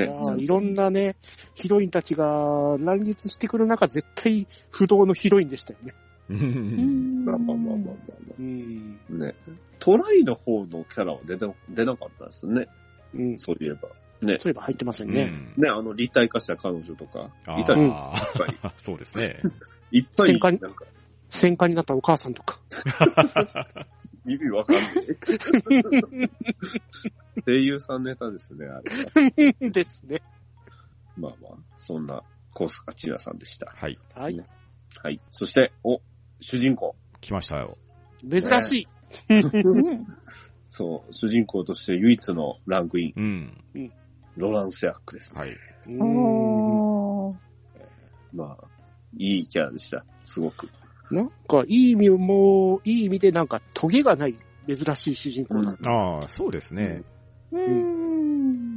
やーいろんなね、ヒロインたちが乱立してくる中、絶対不動のヒロインでしたよね。う。うんんまあまあまあまあまあまうん。あ。ね。トライの方のキャラは出て出なかったですね。うん。そそういえば。ういえば入ってませんね。ね、あの立体化した彼女とか、いたり、ああ、 [laughs] そうですね。いっぱい、転換なんか、戦火になったお母さんとか。意味わかんない。声優さんネタですね、あれは。 [laughs] ですね。まあまあ、そんな、コースカチラさんでした。はい。はい。はい。そして、お、主人公。来ましたよ。珍しい。うんそう、主人公として唯一のランクイン、うん。ロランス・ヤックですね。はい。うんおーまあ、いいキャラでした。すごく。なんか、いい意味も、いい意味でなんか、トゲがない、珍しい主人公だ。ああ、そうですね。うんう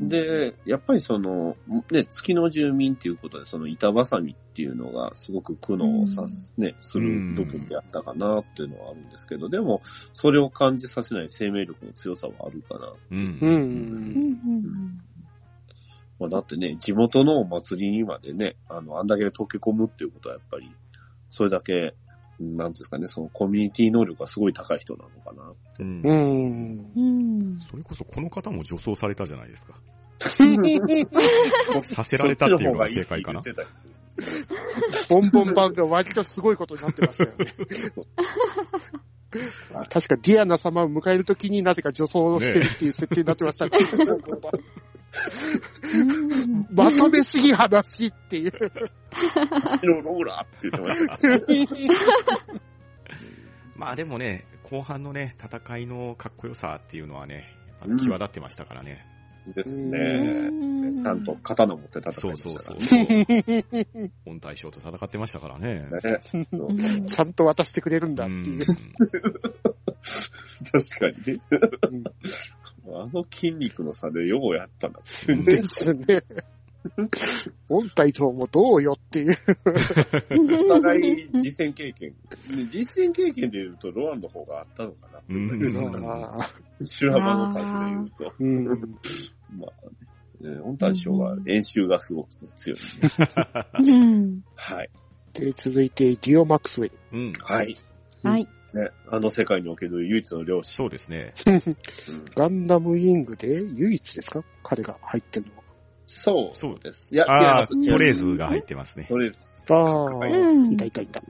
ん、で、やっぱりその、ね、月の住民っていうことで、その板挟みっていうのがすごく苦悩さす、ね、する部分であったかなっていうのはあるんですけど、でも、それを感じさせない生命力の強さはあるかな。うんううんんうんまあ、だってね、地元のお祭りにまでね、あの、あんだけ溶け込むっていうことはやっぱり、それだけ、なんていうんですかね、そのコミュニティ能力がすごい高い人なのかな。うんうん。うん。うん。それこそこの方も女装されたじゃないですか。そさせられたっていうのが正解かなっ。ちの方がいいって言ってたボンボンバンが割とすごいことになってましたよね。あ確かディアナ様を迎えるときになぜか女装をしてるっていう設定になってましたね。 [laughs] うんまとめすぎ話って [laughs] いうう。ちのローラーって言ってました。まあでもね、後半のね、戦いのかっこよさっていうのはね、あの際立ってましたからね。ですうね。んちゃんと刀持って戦いそうましそうたかそらうね。。本大将と戦ってましたからね。ねそううんちゃんと渡してくれるんだっていう。確かにねうん。あの筋肉の差でようやったな。うんですね。本体ともどうよっていう。お互い実戦経験。ね実戦経験で言うと、ロアンの方があったのかな。うんあー修羅場の数で言うと。うんまあね、本体賞は練習がすごく強い、ね。うんはい。で、続いて、ディオ・マクスウェル。うん。はい。はい。ね、あの世界における唯一の漁師。そうですね。ガンダム・ウィングで唯一ですか彼が入ってるのは。そう。そうです。いや、違いあまあ、す。ト違いますレーズが入ってますね。トレーズ。ああ、うんいたいたいた。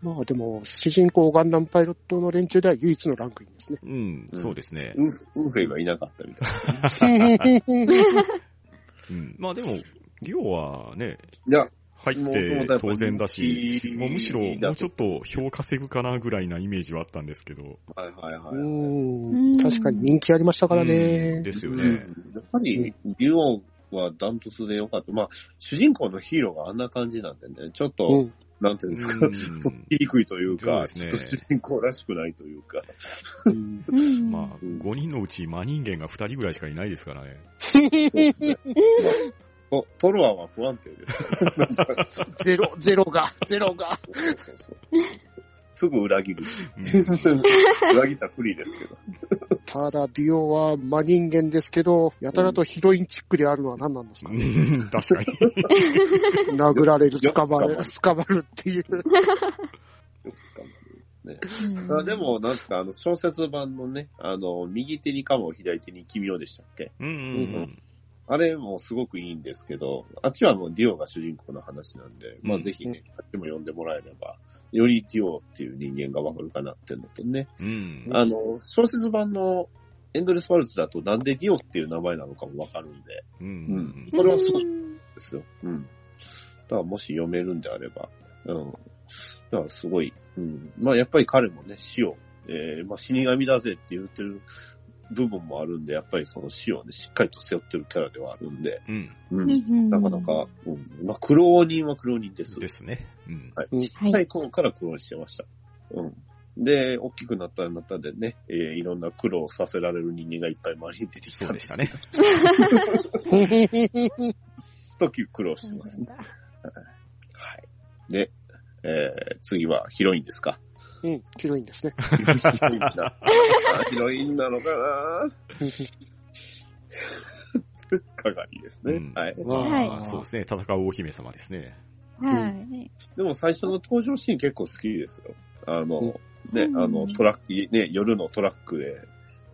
まあでも、主人公ガンダムパイロットの連中では唯一のランクインですね。うん、そうですね。うん、ウンフェイがいなかったみたいな。うん。まあでも、リオはね、いや、入って当然だし、もうむしろもうちょっと票稼ぐかなぐらいなイメージはあったんですけど。はいはいはうい。ん確かに人気ありましたからうんね。ですようんね。やっぱり、デュオはダントツで良かった。まあ、主人公のヒーローがあんな感じなんでね、ちょっと、うん。なんていうんですか、うとんっきりにくいというか、そちうょでっとすね主人公らしくないというか、うんうんまあ、5人のうち真人間が2人ぐらいしかいないですからね。おトロワは不安定ですから。なんかそうゼロ、ゼロが、ゼロが。そうそうすぐ裏切る。うん [laughs] 裏切ったら不利ですけど。ただ、ディオは真人間ですけど、やたらとヒロインチックであるのは何なんですかね。うん確かに。殴られる、よく捕捕ままるる、捕まるっていう。よく捕まるあで、も、なんですか、あの、小説版のね、あの、右手にカモ、左手に君をでしたっけうんうんあれもすごくいいんですけど、あっちはもうディオが主人公の話なんで、まうあんぜひね、あっちも読んでもらえれば、よりディオっていう人間がわかるかなっていうのとね、うん。うん。あの、小説版のエンドレスワルツだとなんでディオっていう名前なのかもわかるんで、うんうんここれはすごういんですよ。うん。だからもし読めるんであれば、うん。だからすごい、うん。まあやっぱり彼もね、死を、えー、まあ死神だぜって言ってる部分もあるんで、やっぱりその死をね、しっかりと背負ってるキャラではあるんで、うん。う。うんんなかなか、うん。まあ苦労人は苦労人です。ですね。うん。はい。ちっちゃい頃から苦労してました。うん。で、大きくなったらなったでね、えーいろんな苦労をさせられる人間がいっぱい周りに出てきたそうんででしすたね。時々苦労してますね。はい。で、えー、次はヒロインですかうん、ヒロインですね。ヒロインだ。ヒロインなのかなかがりですね、うんはい。はいまあそうですね。戦うお姫様ですね。はい。でも最初の登場シーン結構好きですよ。あの、うんね、うんあの、トラック、ね、夜のトラックで、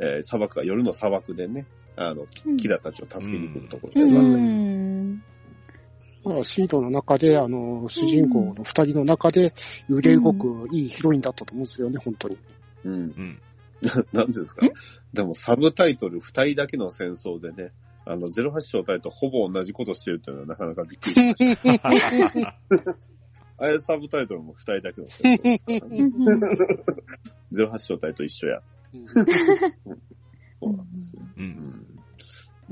えー砂漠が、夜の砂漠でね、あの、うんキキラたちを助けに来るところうで、ん。まあ、シードの中で、あの、主人公の二人の中で、揺れ動くいいヒロインだったと思うんですよね、本当に。 [laughs] うん。 [laughs] うん。何ですかんでもサブタイトル二人だけの戦争でね、あの、08正体とほぼ同じことしてるっていうのはなかなかびっくりしました。あれサブタイトルも二人だけの戦争ですからね。08正体と一緒や。そうなんですよ。う。うん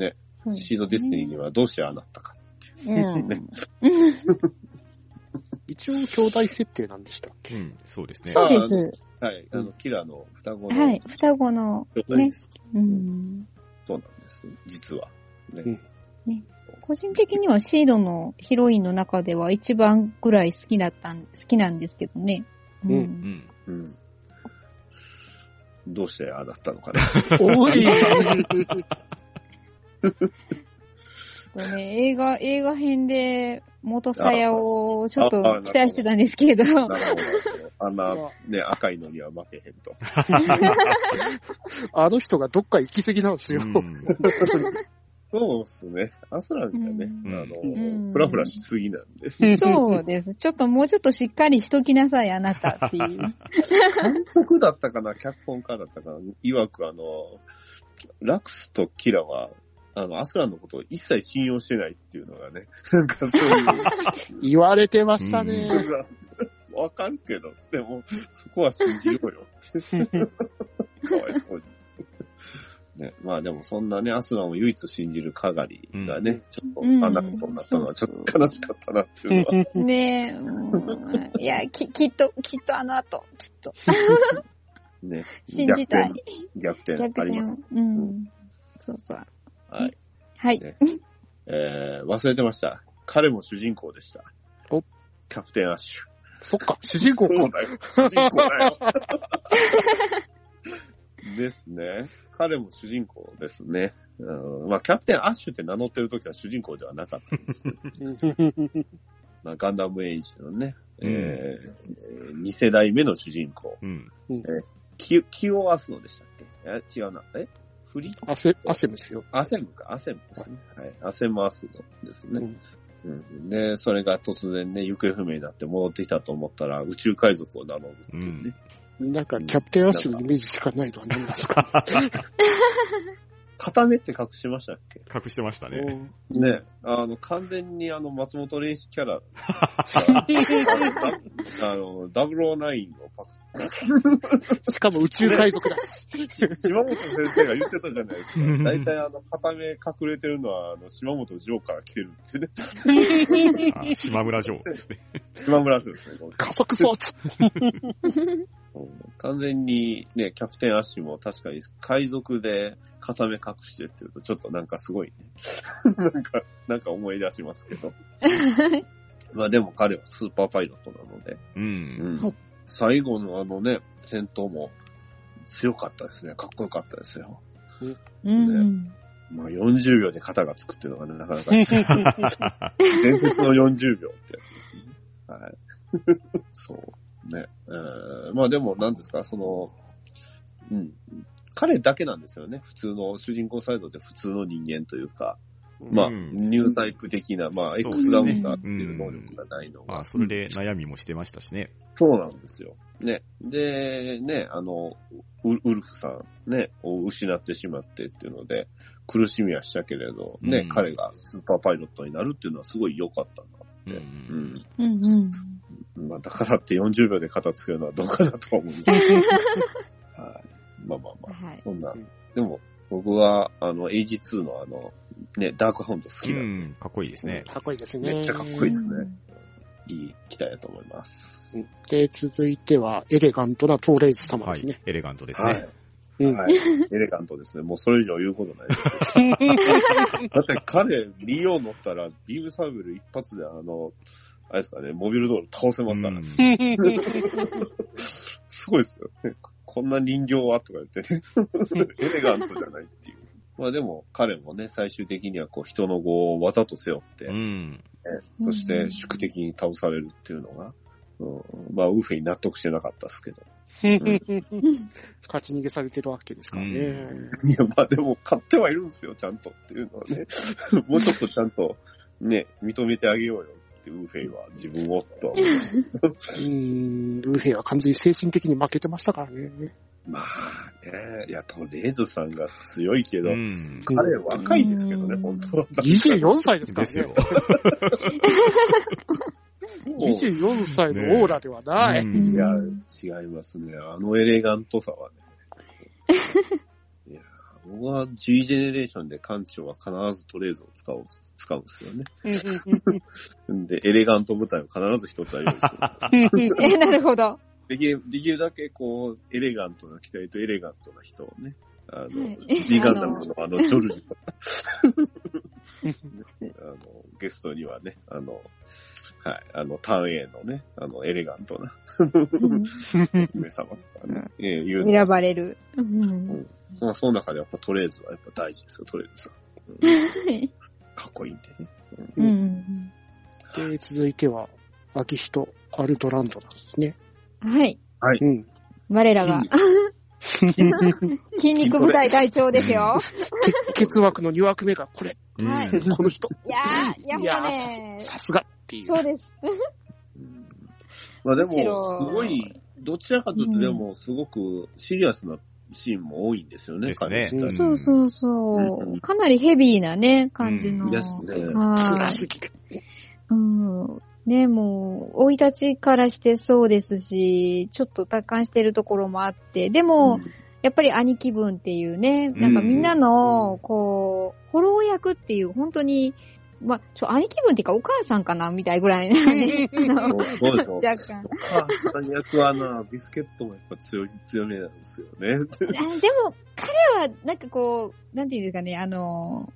ん。シードディスティニーにはどうしてああなったか。一応、兄弟設定なんでしたっ [laughs] けうん。そうですね。そうです。はい。あの、キラの双子のはい兄。双子の、弟ねで。す。うん。そうなんです。実は。ね。うん個人的にはシードのヒロインの中では一番ぐらい好きだったん、好きなんですけどね。ううん。うん。どうしてああだったのかな。おいこれね、映画、映画編で元さやをちょっとああなるほど期待してたんですけど、 [laughs] なるほど。あんな、ね、赤いのには負けへんと。 [laughs] あの人がどっか行き過ぎなんですよ。そうっすね。アスランがね、うんあうんの、ふらふらしすぎなんで。そうです。ちょっともうちょっとしっかりしときなさい、あなたっていう。僕だったかな、脚本家だったかな、いわくあの、ラクスとキラは、あの、アスランのことを一切信用してないっていうのがね、 [laughs] なんかそういう、[laughs] [laughs] 言われてましたね。 [laughs] うわかるけど、でも、そこは信じようよ。 [laughs] かわいそうに。ね、まあでもそんなね、アスランを唯一信じるカガリがね、ちょっとうんあんなことになったのはちょっと悲しかったなっていうのは、ねえ、うんいや、き、きっと、きっとあの後、きっと、ね、信じたい。逆転、逆逆転あります。転。うん。そうそう。はい。はい。ねえー、忘れてました。彼も主人公でした。おキャプテンアッシュ。そっか、主人公そうだか。よ。主人公だよ。 [laughs] ですね。彼も主人公ですね。うん、まあ、キャプテンアッシュって名乗ってる時は主人公ではなかったんですけど、 [laughs] まあ、ガンダムエイジのね、うんえー、2世代目の主人公、うん。キキオアスノでしたっけえ違うな。えフリ汗、汗ですよ。アセムか、アセムですね。はい。アセムアスノですね。ううんん、で、それが突然ね、行方不明になって戻ってきたと思ったら、宇宙海賊を名乗るっていうね。なんか、キャプテンアッシュのイメージしかないとは何ですか。片目って隠しましたっけ隠してましたね。ね、あの、完全にあの、松本零士キャラ。あの、009をパクしかも宇宙海 [laughs] 賊だし。って、島本先生が言ってたじゃないですか。大体あの、片目隠れてるのは、あの、島本城から来てるってね。あ島村城です [laughs] ね。島村城ですね。これ加速装置。うん完全にね、キャプテンアッシュも確かに海賊で片目隠してっていうと、ちょっとなんかすごいね。 [laughs] なんか、なんか思い出しますけど。まあでも彼はスーパーパイロットなので、う。うんん最後のあのね、戦闘も強かったですね。かっこよかったですよ。うん。まあ40秒で肩がつくっていうのがね、なかなか伝説の40秒ってやつですね。はい。そう。ね。えーまあでも何ですか、その、うん。彼だけなんですよね。普通の、主人公サイドで普通の人間というか、まあ、うんニュータイプ的な、まあ、そうです X ねダウンがっていう能力がないのが。まあ、それで悩みもしてましたしね。そうなんですよ。ね。で、ね、あの、ウウルフさん、ね、を失ってしまってっていうので、苦しみはしたけれど、ね、うん彼がスーパーパイロットになるっていうのはすごい良かったな。ううんん。うんうん。うん。まあ、だからって40秒で片付けるのはどうかなとは思う。はい。まあまあまあ、はいそんな。でも、僕は、あの、AG2 のあの、ね、ダークハウンド好うきなんで、ん。かっこいいですね。 [laughs] かっこいいですね。めっちゃかっこいいですね。いい機体だと思います。で、続いては、エレガントなトーレイズ様はですい [laughs] ね。。エレガントですはいね。。うんはい。エレガントですね。もうそれ以上言うことないです。だって彼、リオ乗ったら、ビームサーベル一発であの、あれですかね、モビルドール倒せうますから、んすごいですよね。こんな人形はとか言ってね。 [laughs] エレガントじゃないっていう。まあでも、彼もね、最終的にはこう、人の業をわざと背負って、うん。そして宿敵に倒されるっていうのが、うん、まあ、ウーフェに納得してなかったですけど。勝ち逃げされてるわけですからね。いや、まあでも、買ってはいるんですよ、ちゃんとっていうのは [laughs] ね。もうちょっとちゃんと、ね、認めてあげようよって、ウーフェイは自分をとは思いました。うん、ルーヘイは完全に精神的に負けてましたからね。まあね、いや、とりあえずさんが強いけど、うん。彼若いですけどうね、ん本当は。 24歳ですかですらねよ。。 24歳のオーラではなうい。んいや、違いますね。あのエレガントさはね。 [laughs] いや、僕は G ジェネレーションで艦長は必ずトレーズを使おう、使うんですよね。で、エレガント部隊を必ず一つは用意 [laughs] してる。え、なるほど。できる、できるだけこう、エレガントな機体とエレガントな人をね、あの、はいジーガンダムのあの、ジョルジ [laughs] とか、あの、ゲストにはね、あの、はい、あの、ターン A のね、あの、エレガントなうん姫様とかね、ええいうの選はばれる。うんまあ、その中でやっぱトレーズはやっぱ大事ですよ、トレーズは。[laughs] はいかっこいいんでね。うんうん [laughs] で、続いては、秋人、アルトランドなんですね。うんはい。 [laughs] うん。 [laughs] 我らが、筋肉部隊隊長ですよ。血枠の2枠目がこれ、うんはいこの人。いやー、やいやっぱねー、さすがっていう。そうです。うんまあでも、むしろすごい、どちらかというとでも、すごくシリアスなシーンも多いんですよね、ですね。彼自体そうそううそんうう。んかなりヘビーなね、感じの。うんですねはい辛すぎる。うん。ね、もう、生い立ちからしてそうですし、ちょっと達観してるところもあって、でも、やっぱり兄貴分っていうね、なんかみんなうのん、こう、フォロー役っていう、本当に、まあ、ちょ、兄貴分っていうかお母さんかなみたいぐらいなね、 [laughs] あの、そうそうでしょ若干。お母さん役はな、ビスケットもやっぱ強い、強めなんですよ [laughs] ね。あでも、彼は、なんかこう、なんていうんですかね、あの、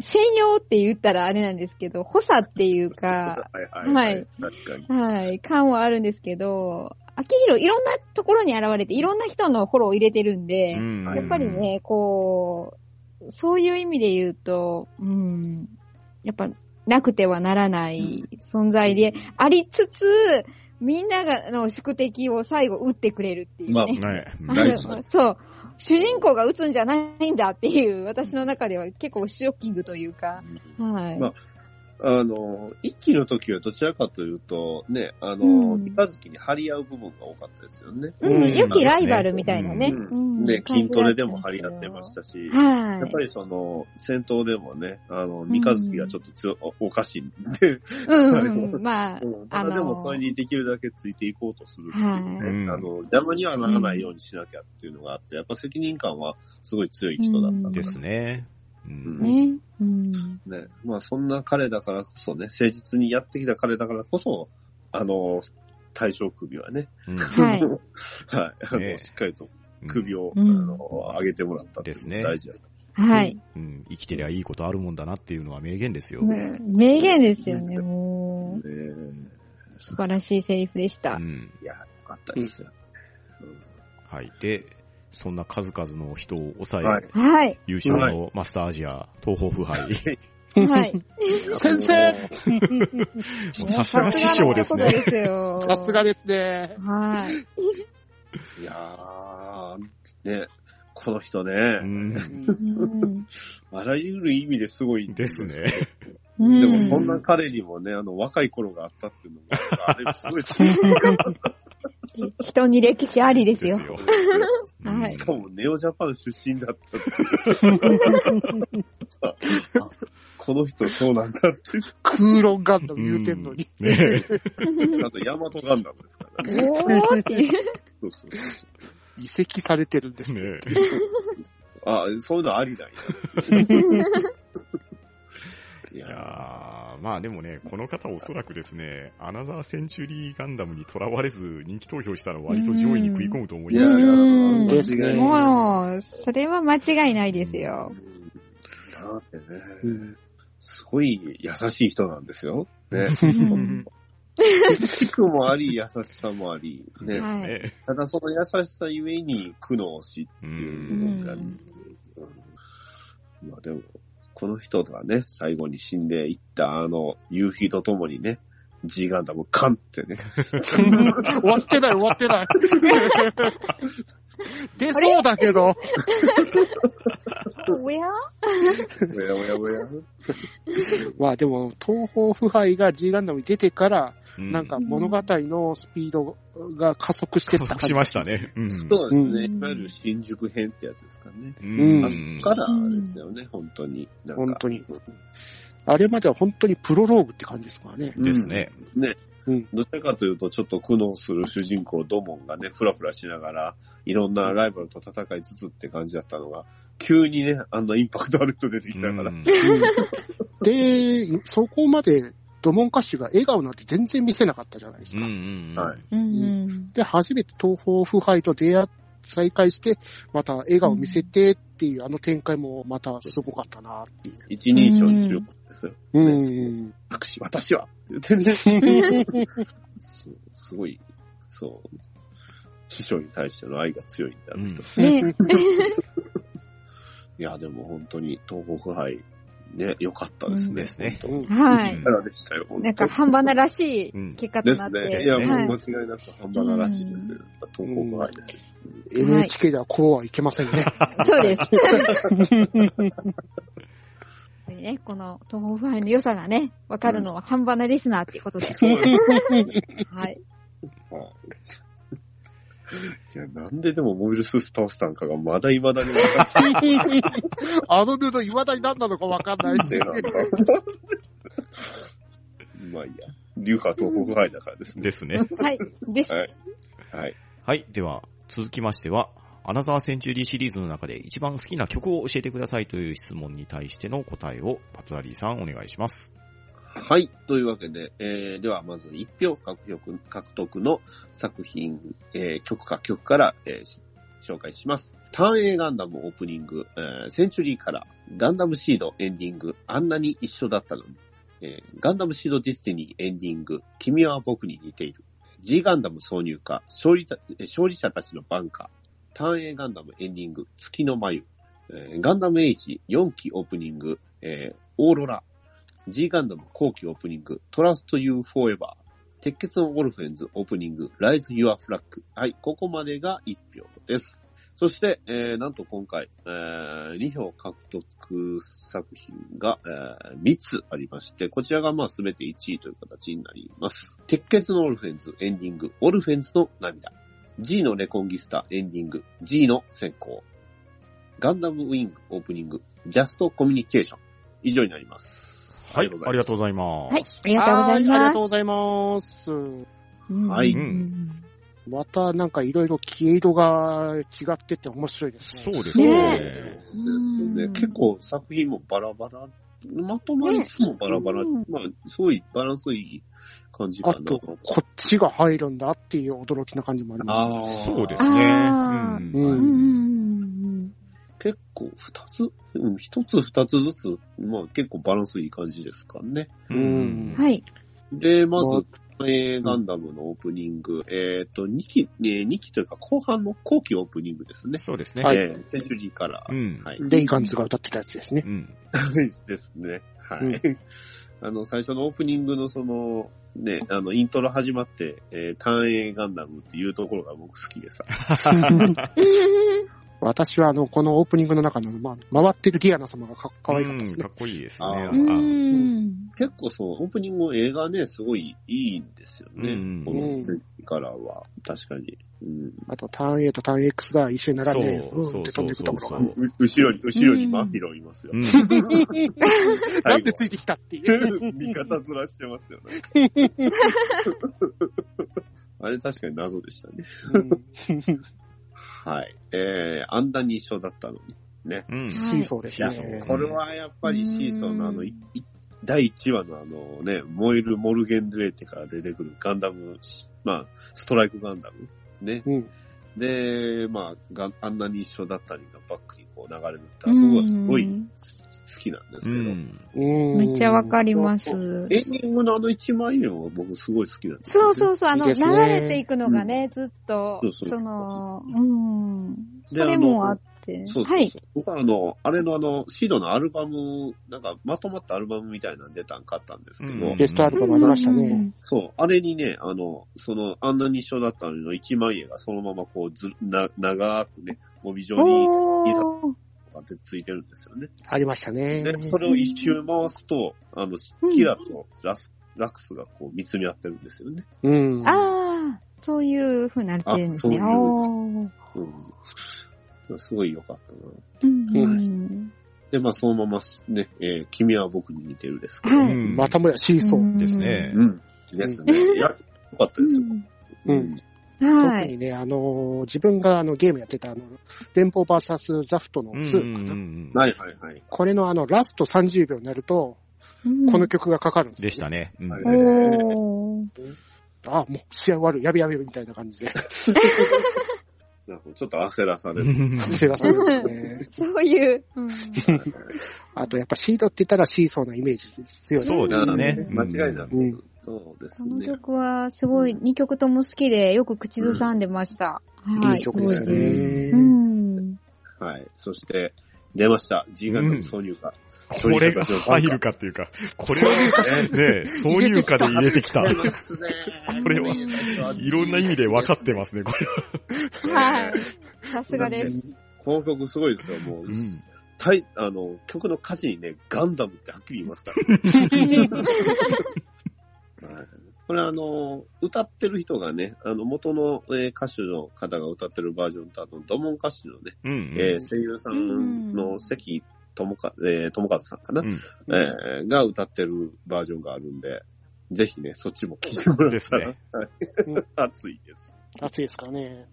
専用って言ったらあれなんですけど、補佐っていうか、はいはい、はい確かに。はい、感はあるんですけど、秋広いろんなところに現れて、いろんな人のフォローを入れてるんで、うんやっぱり、ね、こう、そういう意味で言うと、うん、やっぱなくてはならない存在で、ありつつ、みんながの宿敵を最後撃ってくれるっていうね。まあねあ大の事な [laughs] そう。主人公が打つんじゃないんだっていう、私の中では結構ショッキングというか。はい。まあの、一期の時はどちらかというと、ね、あうの、ん三日月に張り合う部分が多かったですよね。うん、うん良きライバルみたいなね。ううんんね、筋トレでも張り合ってまし。たし、はやっい。ぱり、りその、戦闘でもね、あの、三日月がちょっと強、おおかしいんで、うん、うん、まあ、ただでもそれにできるだけついていこうとするっていうね、はいあの、邪魔にはならないようにしなきゃっていうのがあって、やっぱ責任感はすごい強い人だったうんん。でですすね。ううんんね。うん。ね。まあそんな彼だからこそね、誠実にやってきた彼だからこそ、あの、対象首 [laughs] はね、うんははいいあの、ねえしっかりと首を、うんあの、上げてもらったっていうのが大事だはい。うん生きてりゃいいことあるもんだなっていうのは名言ですよ。ね名言ですよね、もう。ね。素晴らしいセリフでしうた。んいや、よかったですよ。うんはい。で、そんな数々の人を抑え、はいはい。優勝のマスターアジア、東方腐敗。はい。先生も [laughs] うさすが師匠ですさすがの一言ね。ですよ。さすがですね。はい。 [laughs] いやー、ね、この人ね、うんうんあらゆる意味ですごいんですね。でうもんそんな彼にもね、あの、若い頃があったっていうのが、あれすごい強かった人に歴史ありですよ。よ。うんはいしかも、ネオジャパン出身だったっていう。あこの人そうなんだって。ち空論ガンダム言うてんのに。うんねゃんとヤマトガンダムですからね。おーっていう。そうそうそう移籍されてるんですね。ねあ、そういうのありなんや。いいや、やーまあでもね、この方おそらくですね、アナザーセンチュリーガンダムにとらわれず人気投票したら割と上位に食い込むと思いいまや、すいやよ。うんですねもう、それは間違いないですよ。うんだってね、すごい優しい人なんですよ。ね。うん苦もあり、優しさもあり。ねで。すはね。ただその優しさゆえに苦悩しうっていうんのが、うんまあでも、この人がね、最後に死んでいったあの、夕日とともにね、G ガンダムカンってね、終わってない、終わって [laughs] ない。出そうだけど。おやおやおやおや、まあでも、東方腐敗が G ガンダムに出てから、うなんか物語のスピードが加速して加った感速じしました。ね。うんそうですね、うんいわゆる新宿編ってやつですかね。うんあそっからですよね、本当に。なんか本当に。あれまでは本当にプロローグって感じですからね。ですね。ね。うんどちらかというと、ちょっと苦悩する主人公ドモンがね、ふらふらしながら、いろんなライバルと戦いつつって感じだったのが、急にね、あんなインパクトある人出てきたから、うんで、そこまでドモン歌手が笑顔なんて全然見せなかったじゃないですうんか。うんうんはいうんで、初めて東方腐敗と出会っ再開して、また笑顔見せてっていう、あの展開もまたすごかったなっていう。一人称に注目ですよ。うん。私、私はって言ってね。すすごい、そう。師匠に対しての愛が強いんだな、うんね、いや、でも本当に東北杯、ね、良かったですね。うんですね本当はういん。力でしたよ、本当なんか、半端ならしうんい結果とですなって。ね。いすや、ねはいもう間違いなく半端ならしいですよ。東北杯ですよ。 NHK ではこうはいけませんね。そうです。 [laughs] やっぱりね、この東北ファイの良さがね、わかるのは半端なリスナーっていうことですね。はい。はいいや、なんででもモビルスーツ倒したんかがまだ未だに分かって [laughs] あのルール、未だに何なのかわかんないし。ないな。 [laughs] まあいいや。竜川東北杯だからですね。ですね。はい。です。はい。はい。はい。では、続きましては、アナザーセンチュリーシリーズの中で一番好きな曲を教えてくださいという質問に対しての答えをパトラリーさんお願いします。はい。というわけで、えー、ではまず1票獲得獲得の作品、えー、曲か曲から、えーし紹介します。ターン A ガンダムオープニング、えーセンチュリーからガンダムシードエンディング、あんなに一緒だったのに、えーガンダムシードディスティニーエンディング、君は僕に似ている。G ガンダム挿入歌、勝利たえー勝利者たちのバンカー、ターン A ガンダムエンディング、月の眉、えーガンダム H4 期オープニング、えーオーロラ、G ガンダム後期オープニング、トラスト You Forever、鉄血のオルフェンズオープニング、Rise Your Flag。はい、ここまでが1票です。そして、えーなんと今回、え2票獲得作品が、え3つありまして、こちらがまあ全て1位という形になります。鉄血のオルフェンズエンディング、オルフェンズの涙。G のレコンギスタエンディング、G の先行。ガンダムウィングオープニング、ジャストコミュニケーション。以上になります。はい。ありがとううございます。はい。ありがとうございはありまがすとう。ございます。うんはいうんまたなんかいろいろ黄色が違ってて面白いですそうね。ですね。ねですねうん結構作品もバラバラ、まとまりつつもバラバラ、ねまあ、すごいバランスいい感じかあな。と、こっちが入るんだっていう驚きな感じもありますね。あーそうですね。あーうんううんうんうん結構二つ、うん一つ二つずつ、まあ結構バランスいい感じですかね。うんうんはい。で、ままず、えーガンダムのオープニング、えっ、と、2期、ね、二期というか後半の後期オープニングですね。そうですね。はいえーセンチュリーからう。ん。はい。レイガンズが歌ってたやつですね。うん。ですね。はい。 [laughs] あの、最初のオープニングのその、ね、あの、イントロ始まって、えー、単影ガンダムっていうところが僕好きでさ。私はあの、このオープニングの中の、まあ、回ってるディアナ様がかかわいかったですうんねか。っこいいですね。あーなんうかん。結構その、オープニングの映画ね、すごいいいんですよね。うんこの時からは、確かに。うん。あと、ターン A とターン X が一緒に並んで、そううんって飛んでいくところそうがそう。う後ろに、後ろにマフィロンいますよ。うんなんでついてきたっていう。味方ずらしてますよね。 [laughs] あれ確かに謎でしたね。はい。えー、あんなに一緒だったのに。ね。うん。シーソーですシーソねー。これはやっぱりシーソーのあの、いい第1話のあのね、燃えるモルゲン・ドゥレーテから出てくるガンダム、まあ、ストライクガンダム。ね。うん。で、まあ、があんなに一緒だったりがバックにこう流れるって、あそこがすごい好きなんですけうど、ん。うんめっちゃわかります。エンディングのあの1枚目も僕すごい好きなんですそうそうそう、あの、い流いですねれていくのがね、ずっとそう、そうその、うん。そでれもあって。そうそうそう。はい。僕はあの、あれのあの、シードのアルバム、なんかまとまったアルバムみたいなの出たん買ったんですけど、うんベストアルバムありましたうんうんうね。んそう、あれにね、あの、その、あんなに一緒だったのの1枚絵がそのままこう、ず、な、長くね、帯状においいだー。当てついてるんですよね。ありましたね。で、それを一周回すと、あの、キラとラス、ラクスがこう見つめ合ってるんですよね。うん。ああ、そういう風になってるんですね。あそうおーうん。すごい良かったな。うんうはいんで、まあ、そのままね、えー君は僕に似てるですけど。はいうんまたもやシーソー。ですね。うん。ですね。いや、良かったですよ。うん [laughs] うんは特い。にね、あのー、自分があのゲームやってたあの、電報バーサスザフトのうん2かうんうな。はんいはいはい。これのあの、ラスト30秒になると、この曲がかかるんですよでしたね。うんはいおー。あ、もう試合終わる、やべやべみたいな感じで。なんかちょっと焦ら [laughs] される。 [laughs] う焦らされますね。そういう。うん。あとやっぱシードって言ったらシーソーなイメージです強いそうですね。間違いなうくん。うん。そうですこのね。曲はすごい、2曲とも好きで、よく口ずさんでました。はい。いい曲ですごいねう。ん。はい。そして、出ました。G ガンダム挿入歌。これが入るかっていうか、これはね、挿入歌で入れてきた。ますね [laughs] これは、いろんな意味で分かってますね、これは。はい。さすがです。この曲すごいですよ、もう。うんたいあの、曲の歌詞にね、ガンダムってはっきり言いますから、はいこれあの、歌ってる人がね、あの、元の、えー歌手の方が歌ってるバージョンと、あの、ドモン歌手のね、うんうん。えー声優さんの関智和、えー、智和さんかな、うんえーが歌ってるバージョンがあるんで、ぜひね、そっちも聴いてもらったら、ね [laughs] 熱いです。熱いですか [laughs] らね。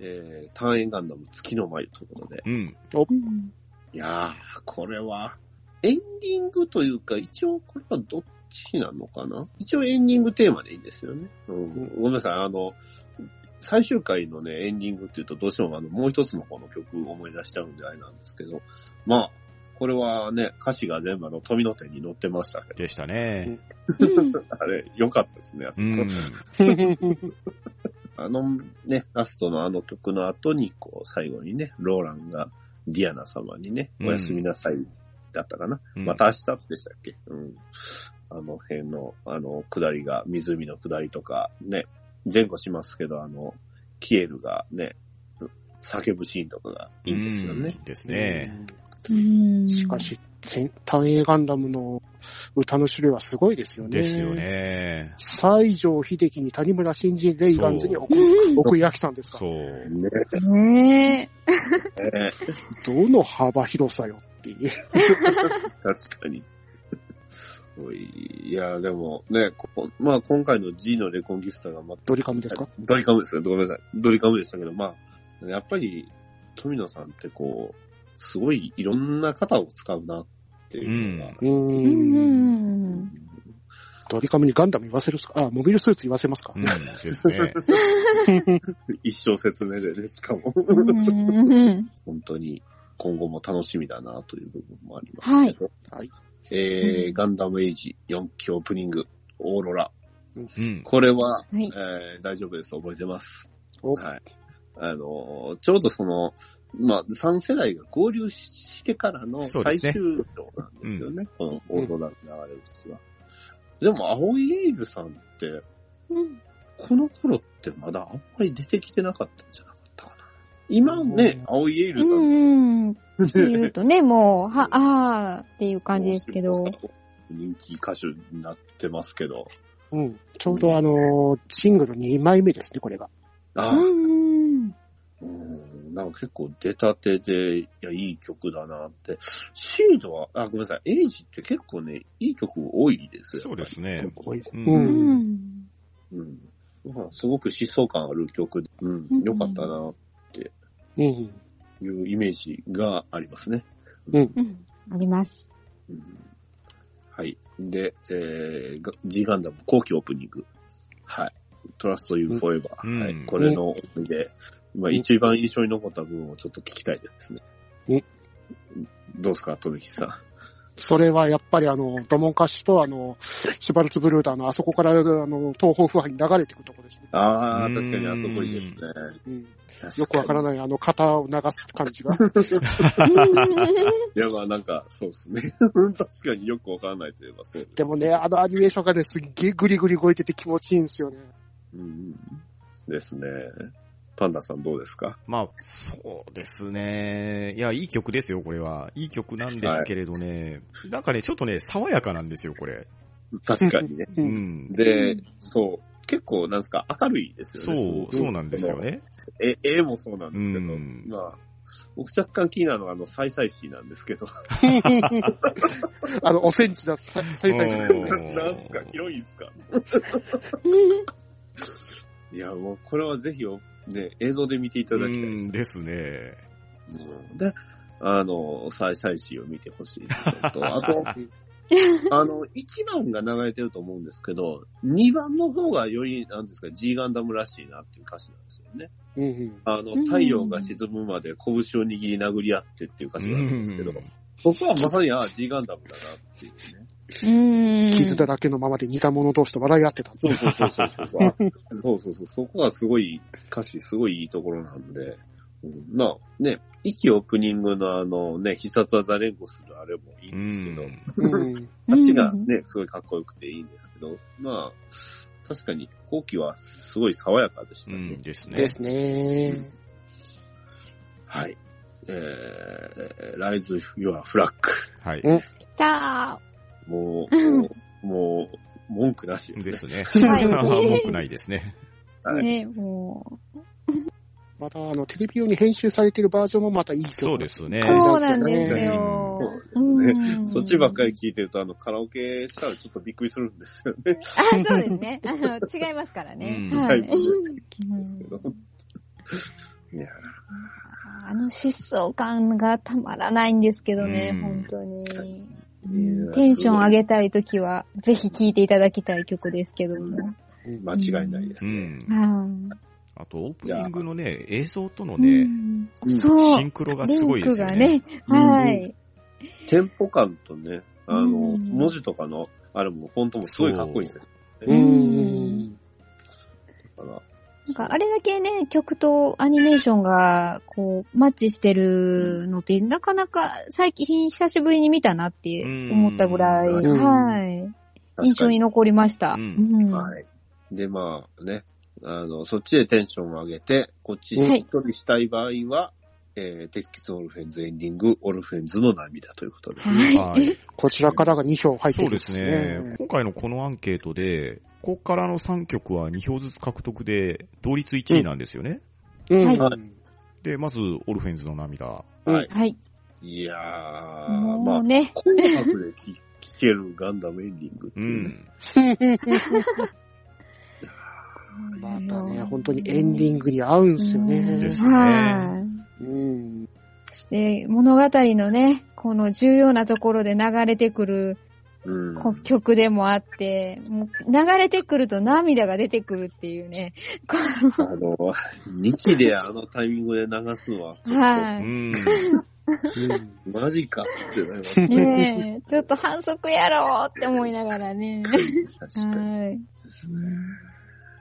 えー、単円ガンダム月の舞ということで。うん。うんいやー、これは、エンディングというか、一応これはどっちなのかな一応エンディングテーマでいいんですよね。うん、ごめんなさい、あの、最終回のね、エンディングっていうとどうしてもあの、もう一つの方の曲を思い出しちゃうんであれなんですけど、まあ、これはね、歌詞が全部あの、富の手に載ってましたけど、でしたね。あれ、良かったですね、あそうこん。あのね、ラストのあの曲の後に、こう、最後にね、ローランがディアナ様にね、うんおやすみなさいだったかな。うんまた明日でしたっけうん。あの辺の、あの、下りが、湖の下りとか、ね、前後しますけど、あの、キエルがね、叫ぶシーンとかがいいんですよね。うんですね。うんしか。し、単影ガンダムの歌の種類はすごいですよね。ですよ。ね。西城秀樹に谷村新人レイガンズに奥奥井明さんですかそら。う。ねねえどの幅広さよっていう。確かに。 [laughs] すごい。いや、でもね、ここまあ今回の G のレコンギスタがまたドリカムですかドリカムですよ。ごめんなさい。ドリカムでしたけど、まあ、やっぱり、富野さんってこう、すごいいろんな方を使うなっていうのが、うえ。うんうーん。んうん。ドリカムにガンダム言わせるっすかあ、モビルスーツ言わせますかうん。ですね。一生説明でね、しかも、うん本当に今後も楽しみだなという部分もありますけど、はい。えーうんガンダムエイジ4期オープニング、オーロラ。うん。これは、はいえー大丈夫です。覚えてます。おはい。あのー、ちょうどその、まあ、3世代が合流してからのそうで最すね終章なんですよね。このオーロラの流れですは。でも、青井エイルさんって、うんこの頃ってまだあんまり出てきてなかったんじゃなかったかな。今ね、青井エイルうさんんうん。って言うとね、もう、は、あーっていう感じですけど。。人気歌手になってますけど。うん。ちょうどあのーシングル2枚目ですね、これが。あうあ、んうんなんか結構出たてで、いや、いい曲だなって。シードは、あ、ごめんなさい、エイジって結構ね、いい曲多いですよ。そうですねやっぱりうんうん。ううんん。うん。まあすごく疾走感ある曲で、うんうん、良かったな、うん。いうイメージがありますね。うん。あります。うんはい。で、えー、が G ガンダム後期オープニング。はい。トラストユーフォーエバー。うんはい。これの思い出。まあ、一番印象に残った部分をちょっと聞きたいですね。えどうですか、富木さん。それはやっぱりあの、ドモンカッシュとあの、シュバルツブルーダーのあそこからあの、東方腐敗に流れていくとこですね。ああ、うん確かにあそこいいですね。うん。確かによくわからないあの、型を流す感じが。いや、まあなんか、そうですね。 [laughs] 確かによくわからないといえばそうです。でもね、あのアニメーションがね、すっげえグリグリ動いてて気持ちいいんですよね。うんうん、ですね。パンダさんどうです [laughs] かまあ、そうですね。いや、いい曲ですよ、これは。いい曲なんですけれどね。なんかね、ちょっとね、爽やかなんですよ、これ。確かにね。う。うんん。で、そう。結構、なんですか、明るいですよね。そう、すごくそうなんですよ。ね。え、絵もそうなんですけど、うんまあ、僕若干気になるのが、あの、サイサイシーなんですけど、あの、おセンチだ、ささいさいしお [laughs] ーなんすか、広いんすかいや、もう、これはぜひ、ね、映像で見ていただきたいですうん、ですね。うんで、あの、再再始を見てほしいのと、あと、あの、1番が流れてると思うんですけど、2番の方がより、なんですか、G ガンダムらしいなっていう歌詞なんですよね。うんうん。あうのん、太陽が沈むまで拳を握り殴り合ってっていう歌詞があるんですけどうん、僕はまさに、ああ、G ガンダムだなっていうね。うん。傷だらけのままで似た者同士と笑い合ってたんですそうよ。そうそうそうそう。あそうそうそう。そこがすごい、歌詞すごいいいところなんで、うんまあね、息オープニングのあのね、必殺技連呼するあれもいいんですけど、うん。 8がね、すごいかっこよくていいんですけど、まあ、確かに後期はすごい爽やかでしたうね。んですね。ですね。。はい。えー、ライズ・ユア・フラッグ。はいうん来たもうんう、もう、文句なしです、でね。すね。はい文句ないですね。ー。はいね、もまた、あの、テレビ用に編集されてるバージョンもまたいいとそ思うですねう。。えーそうなんですよそう。ですねうんそっちばっかり聞いてると、あの、カラオケしたらちょっとびっくりするんですよね。あ、そうですね。あの、違いますからね。うんはい。だぶうんですけど。いやあの疾走感がたまらないんですけどね、う本ん当に。いやテンション上げたいときは、ぜひ聴いていただきたい曲ですけども。ー間違いないですうね。ん。はあと、オープニングのね、映像とのいね、うんうんそう。シンクロがすごいですよリね。ンクがね、はい。テンポ感とね、あの、うん文字とかの、あれも、フォントもすごいかっこいいですよ。ううんん。だからなんか、あれだけね、曲とアニメーションが、こう、マッチしてるのって、なかなか最近久しぶりに見たなって思ったぐらい、うんはい。印象に残りました。ううんんはい。で、まあね、あの、そっちでテンションを上げて、こっちにはい一人したい場合は、えー、鉄血オルフェンズエンディング、オルフェンズの涙ということで。はい。はい。こちらからが2票入っそてるうんでですすねね。。今回のこのアンケートで、ここからの3曲は2票ずつ獲得で、同率1位なんですよね。うんはいで、まず、オルフェンズの涙。はい。はい。いやー、まもあう、ね、紅白で聴けるガンダムエンディングってういうね。ん。またね、本当にエンディングに合うんですよでねす。ねはい。うん。そして、物語のね、この重要なところで流れてくるうん。こ曲でもあって、もう流れてくると涙が出てくるっていうね。こあの、2期 [laughs] であのタイミングで流すのは、ちうょっ [laughs] うはん。うんと、マジかってなりますねい。ねえちょっと反則やろうって思いながらね。確かにはですね。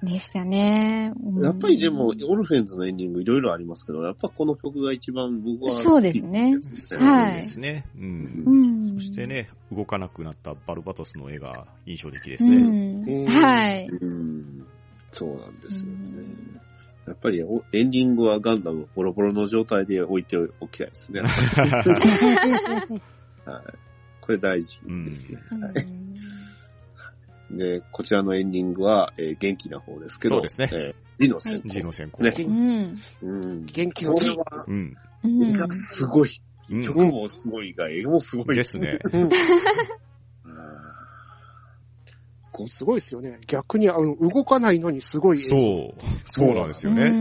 い。でしたね。うんやっぱりでも、オルフェンズのエンディングいろいろありますけど、やっぱこの曲が一番僕は好きそうですねですねはいですね。うんう。ん。そしてね、動かなくなったバルバトスの絵が印象的でうすね。ん。はい。うんそうなんですようねん。やっぱりおエンディングはガンダムをボロボロの状態で置いておきたいですね。これ大事ですね。うんで、こちらのエンディングは、えー元気な方ですけど、そうですねえージノ先ジ生。の先行。ねうん。うん。こ元気れの G。は、うん。うんがすごい。うん曲もすごいが、絵もすごい。です [laughs] ね。うんうんすごいですよね。逆に、あの、動かないのにすごい映像。そう。そうなんですよね。う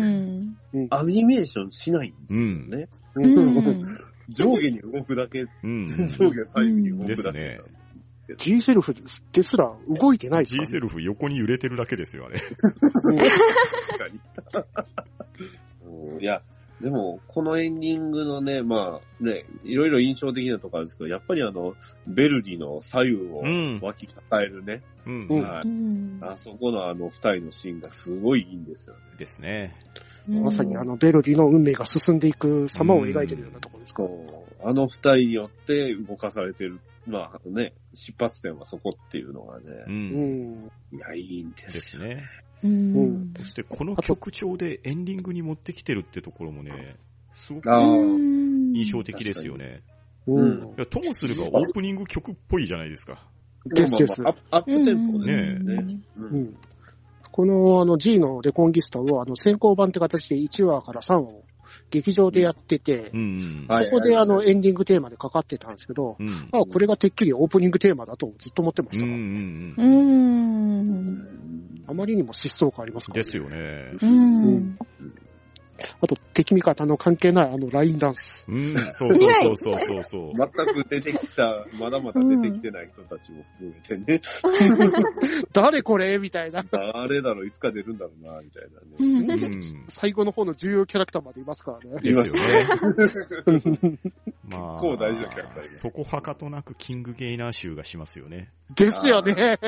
んアニメーションしないんですよね。ううんん。上下に動くだけ、うん。上下左右に動くだけ。ですね G セルフですら動いてないです G からねセルフ横に揺れてるだけですよ、あれ。確かにうんいや、でも、このエンディングのね、まあ、ね、いろいろ印象的なところですけど、やっぱりあの、ベルディの左右をうん湧き抱えるね、うん。うんはういんあそこのあの二人のシーンがすごいいいんですよね。ですね。うんまさにあの、ベルリの運命が進んでいく様を描いてるようなところですか。そうあの二人によって動かされてる、まあね、出発点はそこっていうのがう。ね、うんん。いや、いいんですでよ。すね。うんそしてこの曲調でエンディングに持ってきてるってところもね、すごくあーうん印象的ですよね。ううんんい。やともすればオープニング曲っぽいじゃないですか。ですですまあ。まあアップアップテンポですようんね。うんうんこのあの G のレコンギスタをあの先行版って形で1話から3話を劇場でやっててう、ん。はいそこであのエンディングテーマでかかってたんですけど、うん。あこれがてっきりオープニングテーマだとずっと思ってまうしんうたんから、ううん。うん。んあまりにも疾走感ありますから、ですよね。うん。あと、鉄敵味方の関係ないあのラインダン [laughs] ス。うん、そうそうそうそうそうそう。全く出てきた、まだまだ出てきてない人たちも含めてね、誰これみたいな。誰だろう、いつか出るんだろうな、みたいなうね。んううんん。最後の方の重要キャラクターまでいますからね。です [laughs] よね。 [laughs] 結まあ、構大事なキャラクターですそこはかとなくキングゲイナー集がしますよね。ですよね。ね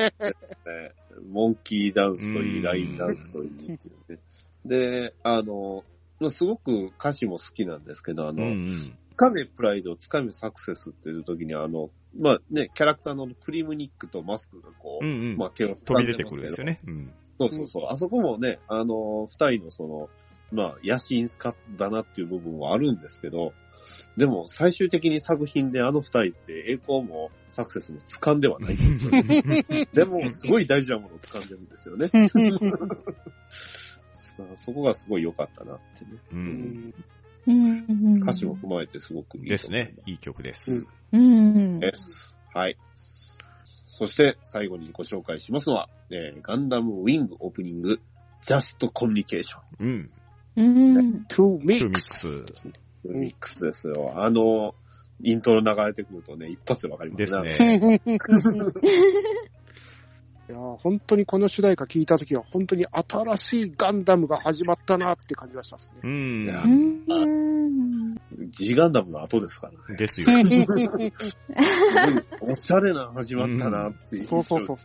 モンキーダンスといい、ラインダンスといいっていうね。で、あの、すごく歌詞も好きなんですけど、あうの、んつかめプライド、つかめサクセスっていう時に、あの、まあね、キャラクターのクリームニックとマスクがこうん。うう、んうん。まあ手を飛掴んびで出ますけどてくるんですよね。うん。そうそうそう。あそこもね、あの、二人のその、まあ、野心家だなっていう部分はあるんですけど、でも最終的に作品であの二人って栄光もサクセスも掴んではないん [laughs] ですよね。でも、すごい大事なものを掴んでるんですよね。さあそこがすごい良かったなってね。う。うんんうんうん歌詞も踏まえてすごくいいと思いでますね。。いい曲です。うん。です。はい。そして最後にご紹介しますのは、えーガンダムウィングオープニング、ジャストコミュニケーション。うん。うん。 to トゥーミック mix. ス。うんミックスですよ。あの、イントロ流れてくるとね、一発でわかりますです [laughs] いね。やー本当にこの主題歌聞いたときは、本当に新しいガンダムが始まったなって感じがしたですね。う。いやうんん。 G ガンダムの後ですからね。ですよ。おしゃれな始まったなっていう。そうそうそう。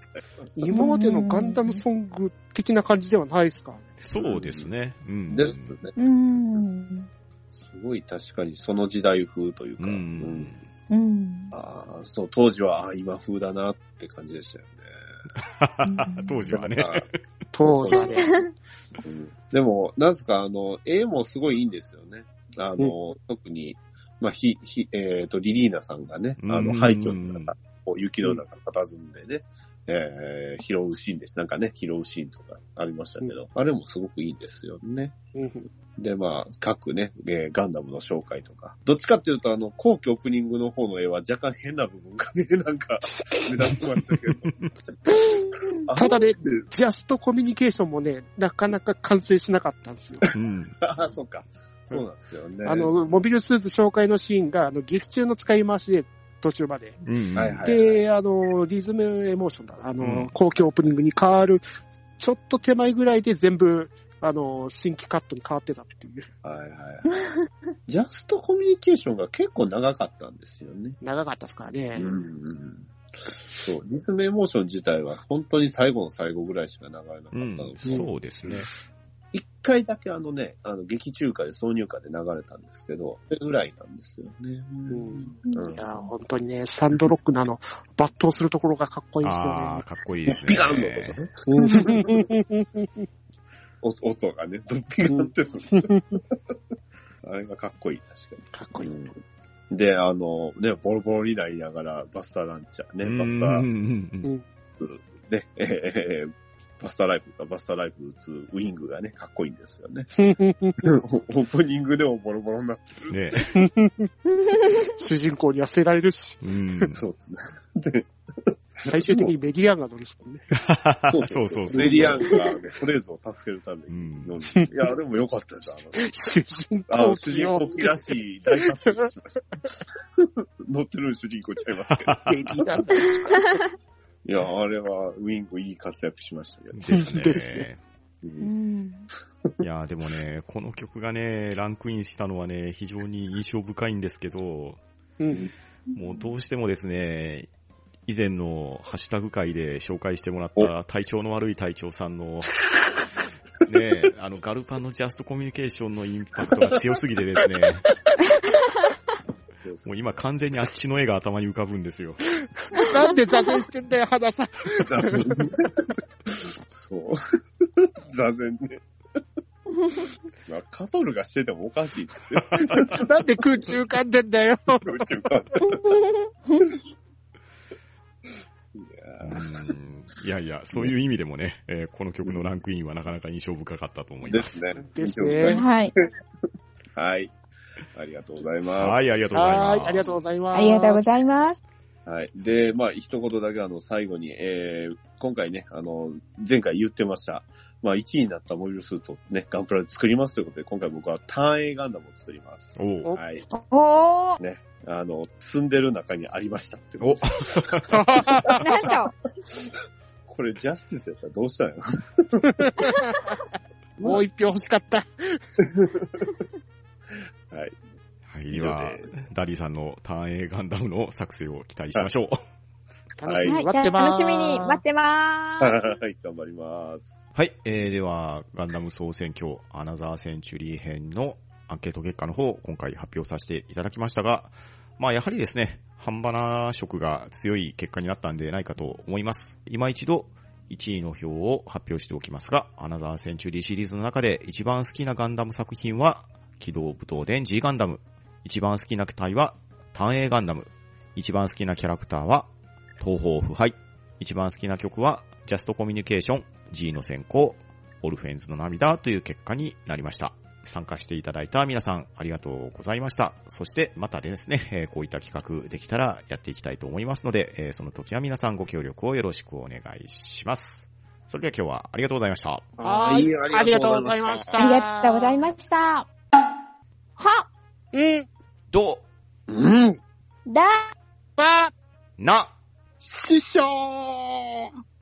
今までのガンダムソング的な感じではないですかそうですね。うん。ですね。うん。すごい確かにその時代風というか、うんうんうん。あーそう、当時はあー今風だなって感じでしたよね。当時はね。あー当時ね。うん [laughs] でも、なんすか、あの、絵もすごいいいんですよね。あの、特に、まあ、ひ、ひ、えっ、と、リリーナさんがね、あの、うん廃墟の中、こう雪の中、佇んでね、えー、拾うシーンです。なんかね、拾うシーンとかありましたけど、あれもすごくいいんですよね。うんで、まあ、各ね、えーガンダムの紹介とか。どっちかっていうと、あの、後期オープニングの方の絵は若干変な部分がね、なんか、目立ってました [laughs] けど。あただね、ジャストコミュニケーションもね、なかなか完成しなかったんですよ。うん。あ [laughs] ー、そっか。そうなんですよね。あの、モビルスーツ紹介のシーンが、あの、劇中の使い回しで、途中まで。うん。はいはいで、あの、リズムエモーションだ。あうんの、公共オープニングに変わる、ちょっと手前ぐらいで全部、あの、新規カットに変わってたっていう。はいはいはい。ジャストコミュニケーションが結構長かったんですよね。長かったですからね。ん。そう、リズムエモーション自体は本当に最後の最後ぐらいしか流れなかったうのんで、そうですね。一回だけあのね、あの劇中歌で挿入歌で流れたんですけど、それぐらいなんですよね。んうんいや、本当にね、サンドロックなの、抜刀するところがかっこいいですああ、よかっこいいですピね。ガンの音ね。 [laughs] ね。お音がね、ピガンってする。あれがかっこいい、確かに。かっこいい。うんで、あの、ね、ボロボロになりながら、バスターランチャーうね、んバスターうん、うんうんね、えーバスターライフル、バスターライフル2、ウィングがね、かっこいいんですよね。オープニングでもボロボロになって、ね。主人公には捨てられるし、うん。そう [laughs] ですね。最終的にメディアンが乗るしもんね。そうそうそうメディアンが、ね、トレーズを助けるためうにん飲んで。いや、でもよかったです。主人あの、あ公の主人公機らしい大活躍しました。 [laughs] 乗ってる主人公ちゃいますけど。メディアンいや、あれはウィングいい活躍しましたけど。ですですね。 [laughs] いやーでもね、この曲がね、ランクインしたのはね、非常に印象深いんですけど、うんもうどうしてもですね、以前のハッシュタグ会で紹介してもらった体調の悪い隊長さん [laughs] の、ねえ、あの、ガルパンのジャストコミュニケーションのインパクトが強すぎてですね、もう今完全にあっちの絵が頭に浮かぶんですよ。なんで座禅してんだよ、花さん。座禅ね。そう。座禅ね。まあ、カトルがしててもおかしいですよ。なんで空中浮かんでんだよ。宇宙観測いやーうんいやいや、そういう意味でもね、えーこの曲のランクインはなかなか印象深かったと思 [laughs] いでます。すね。ですねはい。はい。ありがとうございまはい、ありがとうございます。はい、ありがとうございます。ありがとうございます。す。はい。で、まあ、一言だけあの、最後に、えー、今回ね、あの、前回言ってました、まあ、1位になったモビルスーツをね、ガンプラで作りますということで、今回僕は単影ガンダムを作ります。おうおはい。おー、ね。あの、積んでる中にありましたってことおで。なんと。これジャスティスやったらどうしたんやろ [laughs] もう一票欲しかった。はい。はい、以で上はで、ダリーさんの単影ガンダムの作成を期待しましょう。楽しみはに待ってまー楽す。しみに待ってまーす。はい、頑張ります。はい、えー、では、ガンダム総選挙、アナザーセンチュリー編のアンケート結果の方、今回発表させていただきましたが、まあ、やはりですね、半端な色が強い結果になったんでないかと思います。今一度、1位の票を発表しておきますが、アナザーセンチュリーシリーズの中で一番好きなガンダム作品は、機動武闘伝 G ガンダム。一番好きな機体は、単影ガンダム。一番好きなキャラクターは、東方不敗。一番好きな曲は、ジャストコミュニケーション、G の先行、オルフェンズの涙という結果になりました。参加していただいた皆さん、ありがとうございました。そして、またですね、えーこういった企画できたらやっていきたいと思いますので、えーその時は皆さんご協力をよろしくお願いします。それでは今日はありがとうございました。はーいありがとうございました。ありがとうございました。は、うん、ど、うん。だ、ば、な、師匠